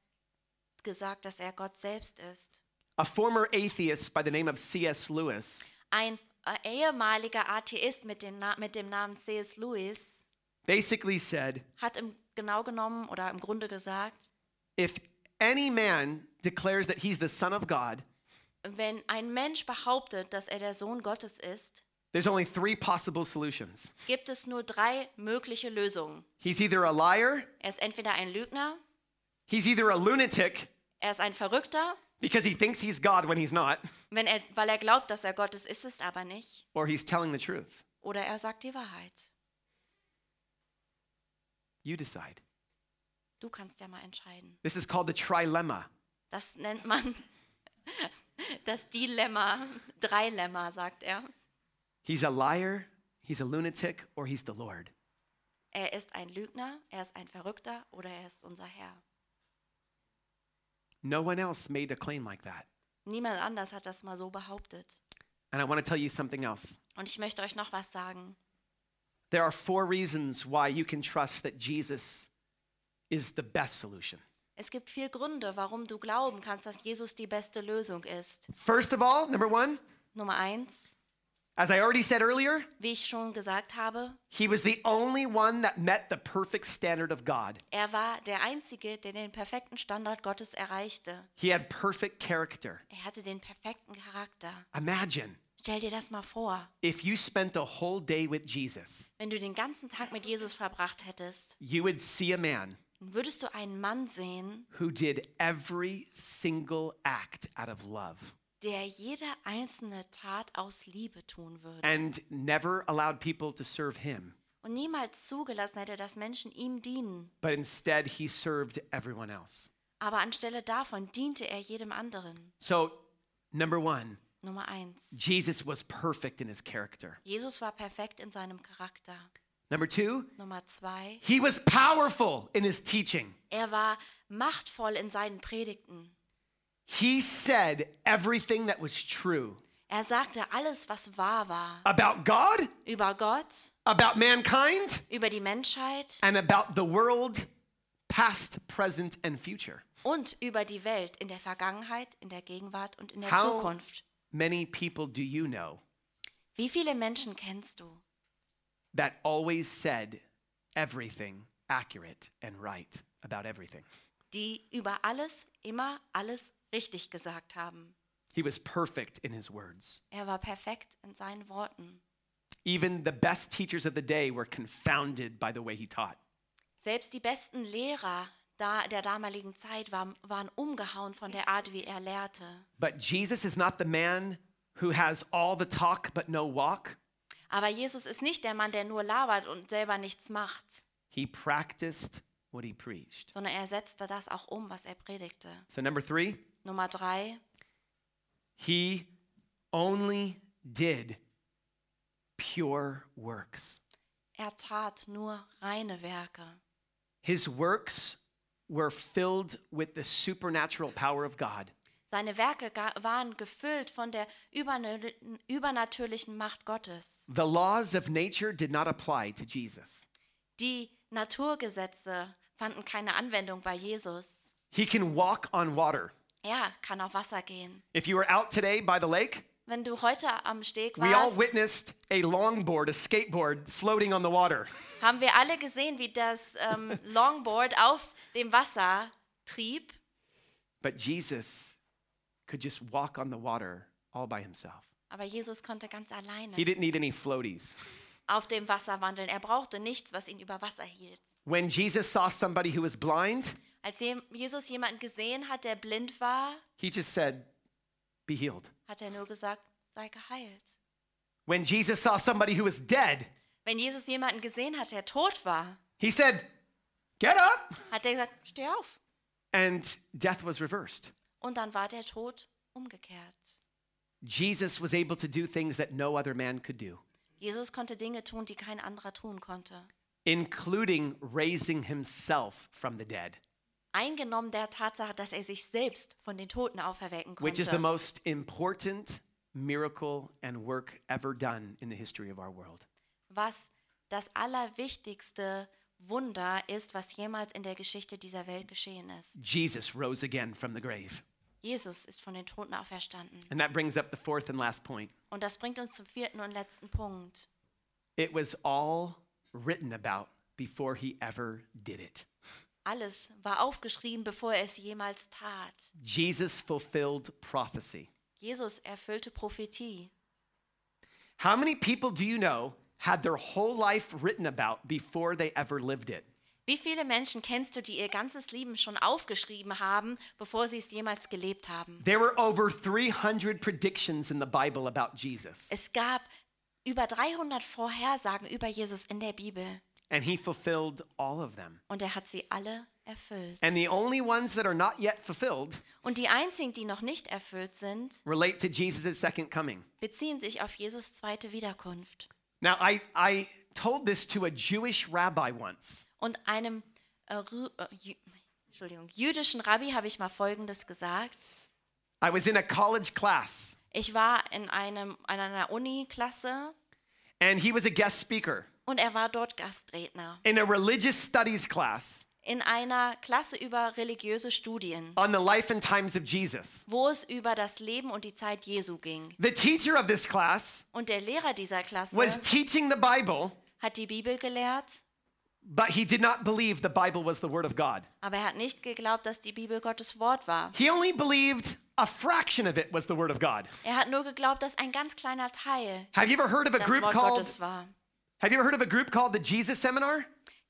gesagt, dass er Gott selbst ist. A former atheist by the name of C.S. Lewis Ein äh, ehemaliger Atheist mit dem, Na mit dem Namen C.S. Lewis basically said hat im genau genommen oder im Grunde gesagt, if any man declares that he's the Son of God, wenn ein Mensch behauptet, dass er der Sohn Gottes ist, there's only three possible solutions. gibt es nur drei mögliche Lösungen. He's either a liar, Er ist entweder ein Lügner, he's either a lunatic er ist ein Verrückter, because he thinks he's God when he's not, wenn er, weil er glaubt, dass er Gottes ist, ist es aber nicht, or he's telling the truth. oder er sagt die Wahrheit. You decide. Du kannst ja mal entscheiden. This is called the trilemma. Das nennt man das Dilemma, Dreilemma, sagt er. He's a liar, he's a lunatic, or he's the Lord. Er ist ein Lügner, er ist ein Verrückter oder er ist unser Herr. No one else made a claim like that. Niemand anders hat das mal so behauptet. And I want to tell you something else. Und ich möchte euch noch was sagen. There are four reasons why you can trust that Jesus is the best solution. Es gibt vier Gründe, warum du glauben kannst, dass Jesus die beste Lösung ist. First of all, number one, Nummer eins, as I already said earlier, wie ich schon gesagt habe, he was the only one that met the perfect standard of God. er war der Einzige, der den perfekten Standard Gottes erreichte. He had perfect character. Er hatte den perfekten Charakter. Imagine Stell dir das mal vor, if you spent a whole day with Jesus, wenn du den ganzen Tag mit Jesus verbracht hättest, you would see a man dann würdest du einen Mann sehen, who did every single act out of love der jede einzelne Tat aus Liebe tun würde and never allowed people to serve him, und niemals zugelassen hätte, dass Menschen ihm dienen. but instead he served everyone else. Aber anstelle davon diente er jedem anderen. So, number one, Nummer eins. Jesus was perfect in his character. Jesus war perfekt in seinem Charakter. Number two, Nummer zwei, he was powerful in his teaching. er war machtvoll in seinen Predigten. He said everything that was true Er sagte alles, was wahr war. about God, Über Gott, about mankind, über die Menschheit and about the world, past, present, and future. und über die Welt in der Vergangenheit, in der Gegenwart und in der How- Zukunft. Many people do you know Wie viele Menschen kennst du, that always said everything accurate and right about everything? die über alles, immer alles richtig gesagt haben? He was perfect in his words. Er war perfekt in seinen Worten. Even the best teachers of the day were confounded by the way he taught. Selbst die besten Lehrer da der damaligen Zeit waren, waren umgehauen von der Art, wie er lehrte. But Jesus is not the man who has all the talk but no walk. Aber Jesus ist nicht der Mann, der nur labert und selber nichts macht, He practiced what he preached. sondern er setzte das auch um, was er predigte. So, number three, Nummer drei, he only did pure works. er tat nur reine Werke. His works were filled with the supernatural power of God. Seine Werke ga- waren gefüllt von der übernö- übernatürlichen Macht Gottes. The laws of nature did not apply to Jesus. Die Naturgesetze fanden keine Anwendung bei Jesus. He can walk on water. Er kann auf Wasser gehen. If you were out today by the lake, Wenn du heute am Steg we all warst, witnessed a longboard, a skateboard floating on the water. haben wir alle gesehen, wie das ähm, Longboard auf dem Wasser trieb. But Jesus could just walk on the water all by himself. Aber Jesus konnte ganz alleine He didn't need any floaties. auf dem Wasser wandeln. Er brauchte nichts, was ihn über Wasser hielt. When Jesus saw somebody who was blind, Als je- Jesus jemanden gesehen hat, der blind war, he just said, Be healed. hat er nur gesagt, sei geheilt. When Jesus saw somebody who was dead, Wenn Jesus jemanden gesehen hat, der tot war, he said, Get up. hat er gesagt, steh auf. And death was reversed. Und dann war der Tod umgekehrt. Jesus was able to do things that no other man could do, Jesus konnte Dinge tun, die kein anderer tun konnte. including raising himself from the dead, Eingenommen der Tatsache, dass er sich selbst von den Toten auferwecken which is the konnte. most important miracle and work ever done in the history of our world. Was das allerwichtigste Wunder ist, was jemals in der Geschichte dieser Welt geschehen ist. Jesus rose again from the grave. Jesus ist von den Toten auferstanden. And that brings up the fourth and last point. Und das bringt uns zum vierten und letzten Punkt. It was all written about before he ever did it. Alles war aufgeschrieben, bevor er es jemals tat. Jesus fulfilled prophecy. Jesus erfüllte Prophetie. How many people do you know had their whole life written about before they ever lived it? Wie viele Menschen kennst du, die ihr ganzes Leben schon aufgeschrieben haben, bevor sie es jemals gelebt haben? There were over 300 predictions in the Bible about Jesus, Es gab über 300 Vorhersagen über Jesus in der Bibel and he fulfilled all of them. und er hat sie alle erfüllt. And the only ones that are not yet fulfilled Und die einzigen, die noch nicht erfüllt sind, relate to Jesus' second coming. beziehen sich auf Jesus zweite Wiederkunft. Now, I, I told this to a Jewish rabbi once. Und einem äh, Rü- äh, Jü- Entschuldigung, jüdischen Rabbi habe ich mal Folgendes gesagt. I was in a college class, Ich war in, einem, in einer Uni-Klasse and he was a guest speaker. und er war dort Gastredner. In a religious studies class In einer Klasse über religiöse Studien, on the life and times of Jesus, wo es über das Leben und die Zeit Jesu ging. the teacher of this class Und der Lehrer dieser Klasse was teaching the Bible, hat die Bibel gelehrt, but he did not believe the Bible was the Word of God. aber er hat nicht geglaubt, dass die Bibel Gottes Wort war. He only believed a fraction of it was the Word of God. Er hat nur geglaubt, dass ein ganz kleiner Teil Have you ever heard of a das group Wort called Gottes war. Have you ever heard of a group called the Jesus Seminar?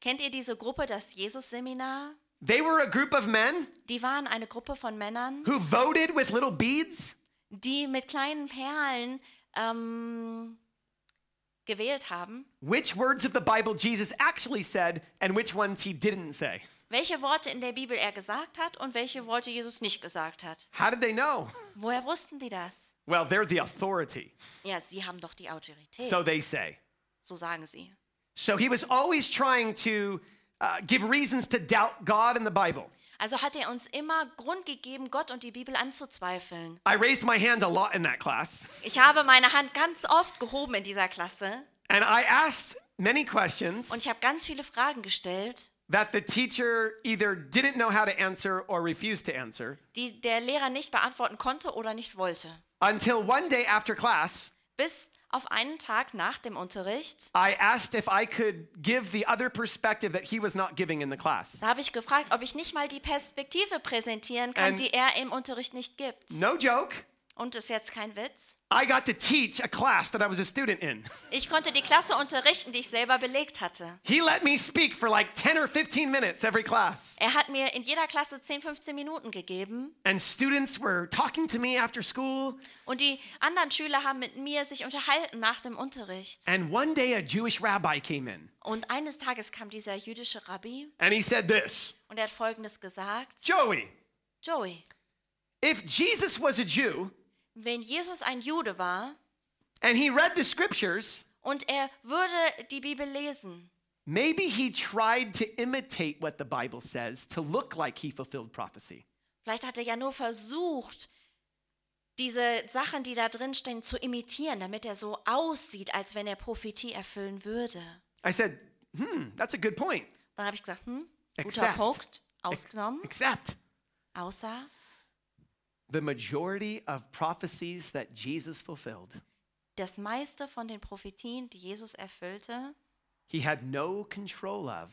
Kennt ihr diese Gruppe, das Jesus-Seminar? They were a group of men Die waren eine Gruppe von Männern, who voted with little beads die mit kleinen Perlen ähm, gewählt haben, which words of the Bible Jesus actually said and which ones he didn't say. welche Worte in der Bibel er gesagt hat und welche Worte Jesus nicht gesagt hat. How did they know? Woher wussten die das? Well, they're the authority, Ja, sie haben doch die Autorität. so they say. so sagen sie. So he was always trying to uh, give reasons to doubt God and the Bible. Also hat er uns immer Grund gegeben, Gott und die Bibel anzuzweifeln. I raised my hand a lot in that class, Ich habe meine Hand ganz oft gehoben in dieser Klasse and I asked many questions und ich habe ganz viele Fragen gestellt, that the teacher either didn't know how to answer or refused to answer die der Lehrer nicht beantworten konnte oder nicht wollte. until one day after class, Bis auf einen Tag nach dem Unterricht, I asked if I could give the other perspective that he was not giving in the class. da habe ich gefragt, ob ich nicht mal die Perspektive präsentieren kann, And- die er im Unterricht nicht gibt. No joke, Und ist jetzt kein Witz. I got to teach a class that I was a student in. Ich konnte die Klasse unterrichten, die ich selber belegt hatte. He let me speak for like 10 or 15 minutes every class, Er hat mir in jeder Klasse 10, 15 Minuten gegeben and students were talking to me after school. und die anderen Schüler haben mit mir sich unterhalten nach dem Unterricht. And one day a Jewish rabbi came in Und eines Tages kam dieser jüdische Rabbi and he said this und er hat folgendes gesagt: Joey, Joey, if Jesus was a Jew wenn Jesus ein Jude war and he read the scriptures, und er würde die Bibel lesen, maybe he tried to imitate what the Bible says to look like he fulfilled prophecy. Vielleicht hat er ja nur versucht, diese Sachen, die da drin stehen, zu imitieren, damit er so aussieht, als wenn er Prophetie erfüllen würde. I said, hmm, that's a good point. Dann habe ich gesagt, hm, guter Except. Punkt, Ex- ausgenommen, Except außer the majority of prophecies that Jesus fulfilled, das meiste von den Prophetien, die Jesus erfüllte, he had no control of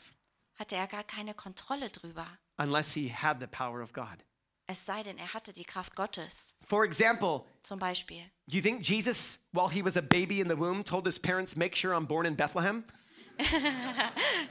hatte er gar keine Kontrolle drüber, unless he had the power of God. Es sei denn, er hatte die Kraft Gottes, For example, zum Beispiel. do you think Jesus, while he was a baby in the womb, told his parents, make sure I'm born in Bethlehem?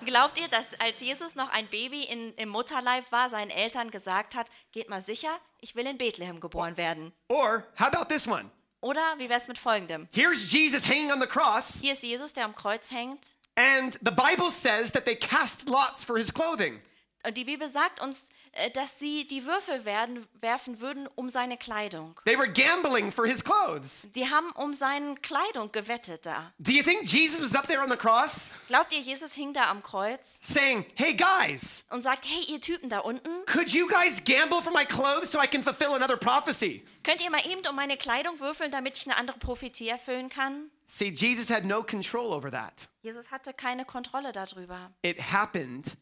Glaubt ihr, dass als Jesus noch ein Baby in, im Mutterleib war, seinen Eltern gesagt hat, geht mal sicher, ich will in Bethlehem geboren werden? Or how about this one? Oder wie wär's mit folgendem? Here's Jesus hanging on the cross, Hier ist Jesus, der am Kreuz hängt. and the Bible says that they cast lots for his clothing. Und die Bibel sagt uns, äh, dass sie die Würfel werden, werfen würden um seine Kleidung. They were gambling for his clothes. Sie haben um seine Kleidung gewettet da. Do you think Jesus was up there on the cross Glaubt ihr, Jesus hing da am Kreuz saying, hey guys, und sagt, hey, ihr Typen da unten, could you guys gamble for my clothes so I can fulfill another prophecy? könnt ihr mal eben um meine Kleidung würfeln, damit ich eine andere Prophetie erfüllen kann? See, Jesus had no control over that. Jesus hatte keine Kontrolle darüber. It happened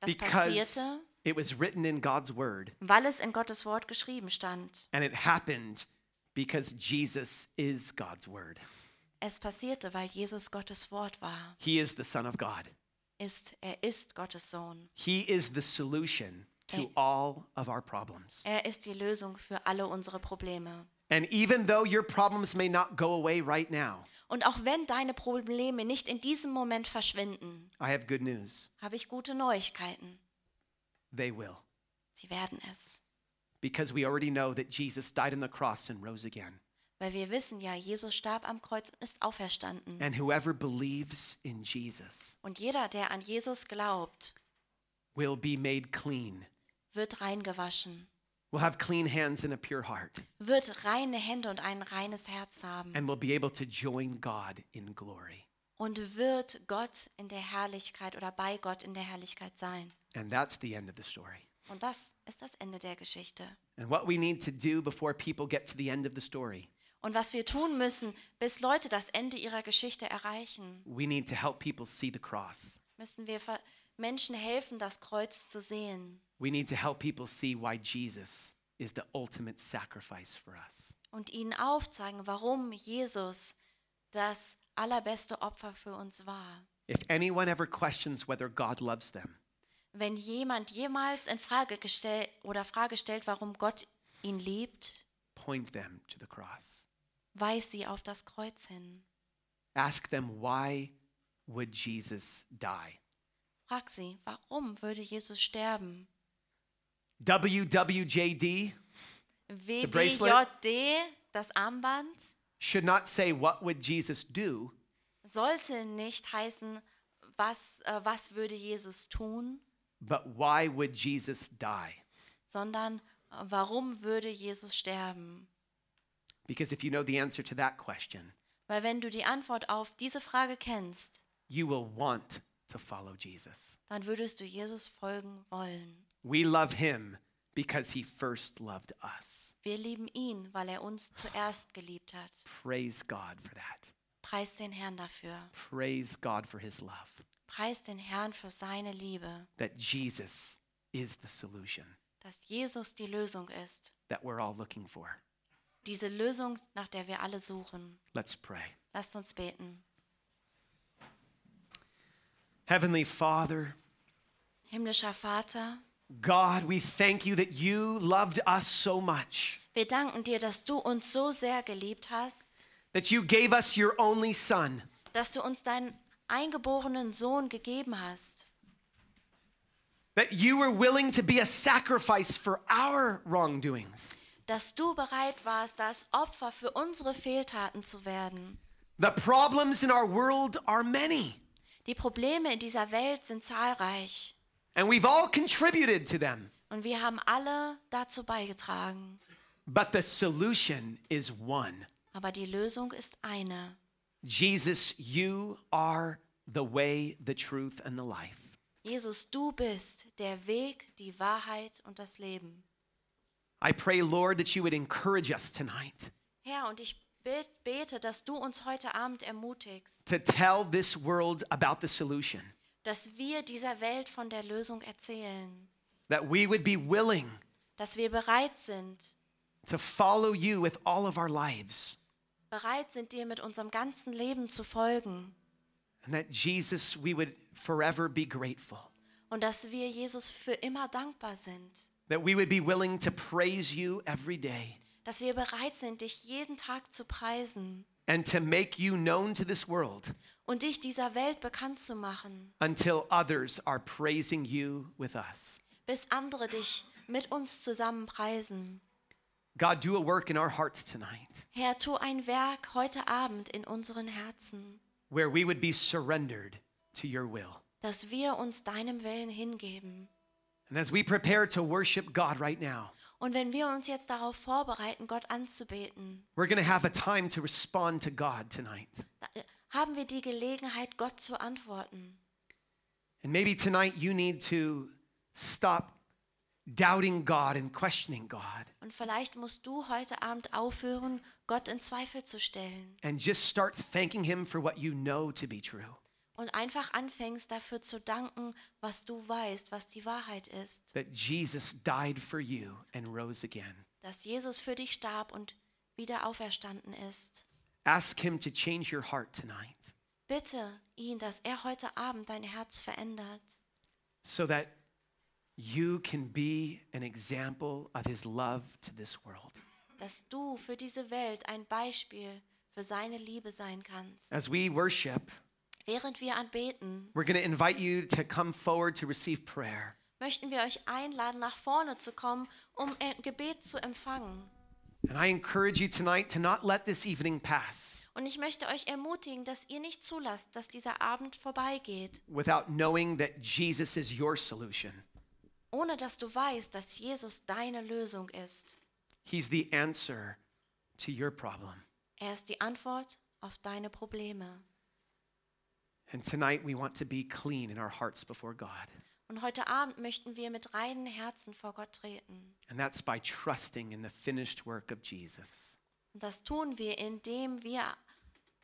Das because passierte, it was written in God's word, weil es in Gottes Wort geschrieben stand. and it happened because Jesus is God's word. Es passierte, weil Jesus Gottes Wort war. He is the Son of God. Ist, er ist Gottes Sohn. He is the solution to Hey. all of our problems. Er ist die Lösung für alle unsere Probleme. And even though your problems may not go away right now, Und auch wenn deine Probleme nicht in diesem Moment verschwinden, I have good news. habe ich gute Neuigkeiten. They will. Sie werden es. Because we already know that Jesus died on the cross and rose again. Weil wir wissen ja, Jesus starb am Kreuz und ist auferstanden. And whoever believes in Jesus Und jeder, der an Jesus glaubt, will be made clean, wird reingewaschen, will have clean hands and a pure heart, wird reine Hände und ein reines Herz haben and will be able to join God in glory. und wird Gott in der Herrlichkeit oder bei Gott in der Herrlichkeit sein. And that's the end of the story. Und das ist das Ende der Geschichte. And what we need to do before people get to the end of the story, Und was wir tun müssen, bis Leute das Ende ihrer Geschichte erreichen, we need to help people see the cross. müssen wir ver- Menschen helfen, das Kreuz zu sehen. We need to help people see why Jesus is the ultimate sacrifice for us. und ihnen aufzeigen, warum Jesus das allerbeste Opfer für uns war. If anyone ever questions whether God loves them, Wenn jemand jemals in Frage gestellt oder Frage stellt, warum Gott ihn liebt, point them to the cross. weist sie auf das Kreuz hin. Ask them, why would Jesus die? Frag sie, warum würde Jesus sterben? WWJD WWJD, das Armband, should not say, what would Jesus do? sollte nicht heißen, was, äh, was würde Jesus tun, But why would Jesus die? sondern äh, warum würde Jesus sterben? Because if you know the answer to that question, Weil wenn du die Antwort auf diese Frage kennst, you will want to follow Jesus. dann würdest du Jesus folgen wollen. We love him because he first loved us. Wir lieben ihn, weil er uns zuerst geliebt hat. Praise God for that. Preis den Herrn dafür. Praise God for his love, Preis den Herrn für seine Liebe, that Jesus is the solution dass Jesus die Lösung ist. that we're all looking for. Diese Lösung, nach der wir alle suchen. Let's pray. Lasst uns beten. Heavenly Father, Himmlischer Vater, God, we thank you that you loved us so much, wir danken dir, dass du uns so sehr geliebt hast, that you gave us your only Son, dass du uns deinen eingeborenen Sohn gegeben hast, that you were willing to be a sacrifice for our wrongdoings. dass du bereit warst, das Opfer für unsere Fehltaten zu werden. The problems in our world are many, Die Probleme in dieser Welt sind zahlreich and we've all contributed to them. und wir haben alle dazu beigetragen. But the solution is one Aber die Lösung ist eine. Jesus, you are the way, the truth, and the life. Jesus, du bist der Weg, die Wahrheit und das Leben. I pray, Lord, that you would encourage us tonight Herr, und ich bet- bete, dass du uns heute Abend ermutigst, to tell this world about the solution, dass wir dieser Welt von der Lösung erzählen, that we would be willing dass wir bereit sind, to follow you with all of our lives, bereit sind, dir mit unserem ganzen Leben zu folgen and that Jesus, we would forever be grateful und dass wir Jesus für immer dankbar sind that we would be willing to praise you every day dass wir bereit sind, dich jeden Tag zu preisen and to make you known to this world und dich dieser Welt bekannt zu machen, until others are praising you with us. bis andere dich mit uns zusammen preisen. God, do a work in our hearts tonight Herr, tu ein Werk heute Abend in unseren Herzen, where we would be surrendered to your will. dass wir uns deinem Willen hingeben. And as we prepare to worship God right now, Und wenn wir uns jetzt darauf vorbereiten, Gott anzubeten, we're going to have a time to respond to God tonight. da- äh, haben wir die Gelegenheit, Gott zu antworten. And maybe tonight you need to stop doubting God and questioning God Und vielleicht musst du heute Abend aufhören, Gott in Zweifel zu stellen and just start thanking Him for what you know to be true. und einfach anfängst dafür zu danken, was du weißt, was die Wahrheit ist, that Jesus died for you and rose again. dass Jesus für dich starb und wieder auferstanden ist. Ask Him to change your heart tonight Bitte ihn, dass er heute Abend dein Herz verändert, so that you can be an example of His love to this world. dass du für diese Welt ein Beispiel für seine Liebe sein kannst. As we worship, Während wir anbeten, we're going to invite you to come forward to receive prayer. möchten wir euch einladen, nach vorne zu kommen, um äh, Gebet zu empfangen. And I encourage you tonight to not let this evening pass Und ich möchte euch ermutigen, dass ihr nicht zulasst, dass dieser Abend vorbeigeht, without knowing that Jesus is your solution. ohne dass du weißt, dass Jesus deine Lösung ist. He's the answer to your problem. Er ist die Antwort auf deine Probleme. And tonight we want to be clean in our hearts before God. Und heute Abend möchten wir mit reinen Herzen vor Gott treten. And that's by trusting in the finished work of Jesus. Und das tun wir, indem wir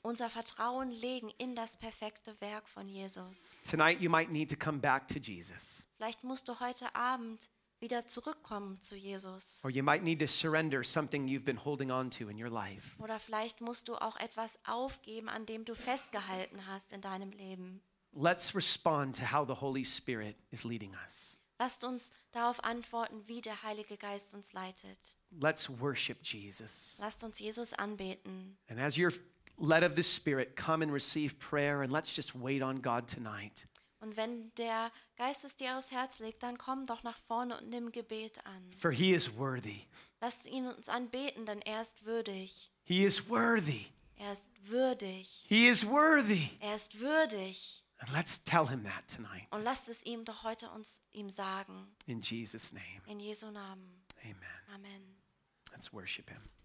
unser Vertrauen legen in das perfekte Werk von Jesus. Tonight, you might need to come back to Jesus, Vielleicht musst du heute Abend wieder zurückkommen zu Jesus. or you might need to surrender something you've been holding on to in your life. Oder vielleicht musst du auch etwas aufgeben, an dem du festgehalten hast in deinem Leben. Let's respond to how the Holy Spirit is leading us. Lasst uns darauf antworten, wie der Heilige Geist uns leitet. Let's worship Jesus. Lasst uns Jesus anbeten. And as you're led of the Spirit, come and receive prayer, and let's just wait on God tonight. Und wenn der Geist es dir aufs Herz legt, dann komm doch nach vorne und nimm Gebet an. For He is worthy. Lasst ihn uns anbeten, denn er ist würdig. He is worthy. Er ist würdig. He is worthy. Er ist würdig. And let's tell Him that tonight. Und lasst es ihm doch heute uns ihm sagen. In Jesus' name, In Jesu Namen. amen. Amen. Let's worship Him.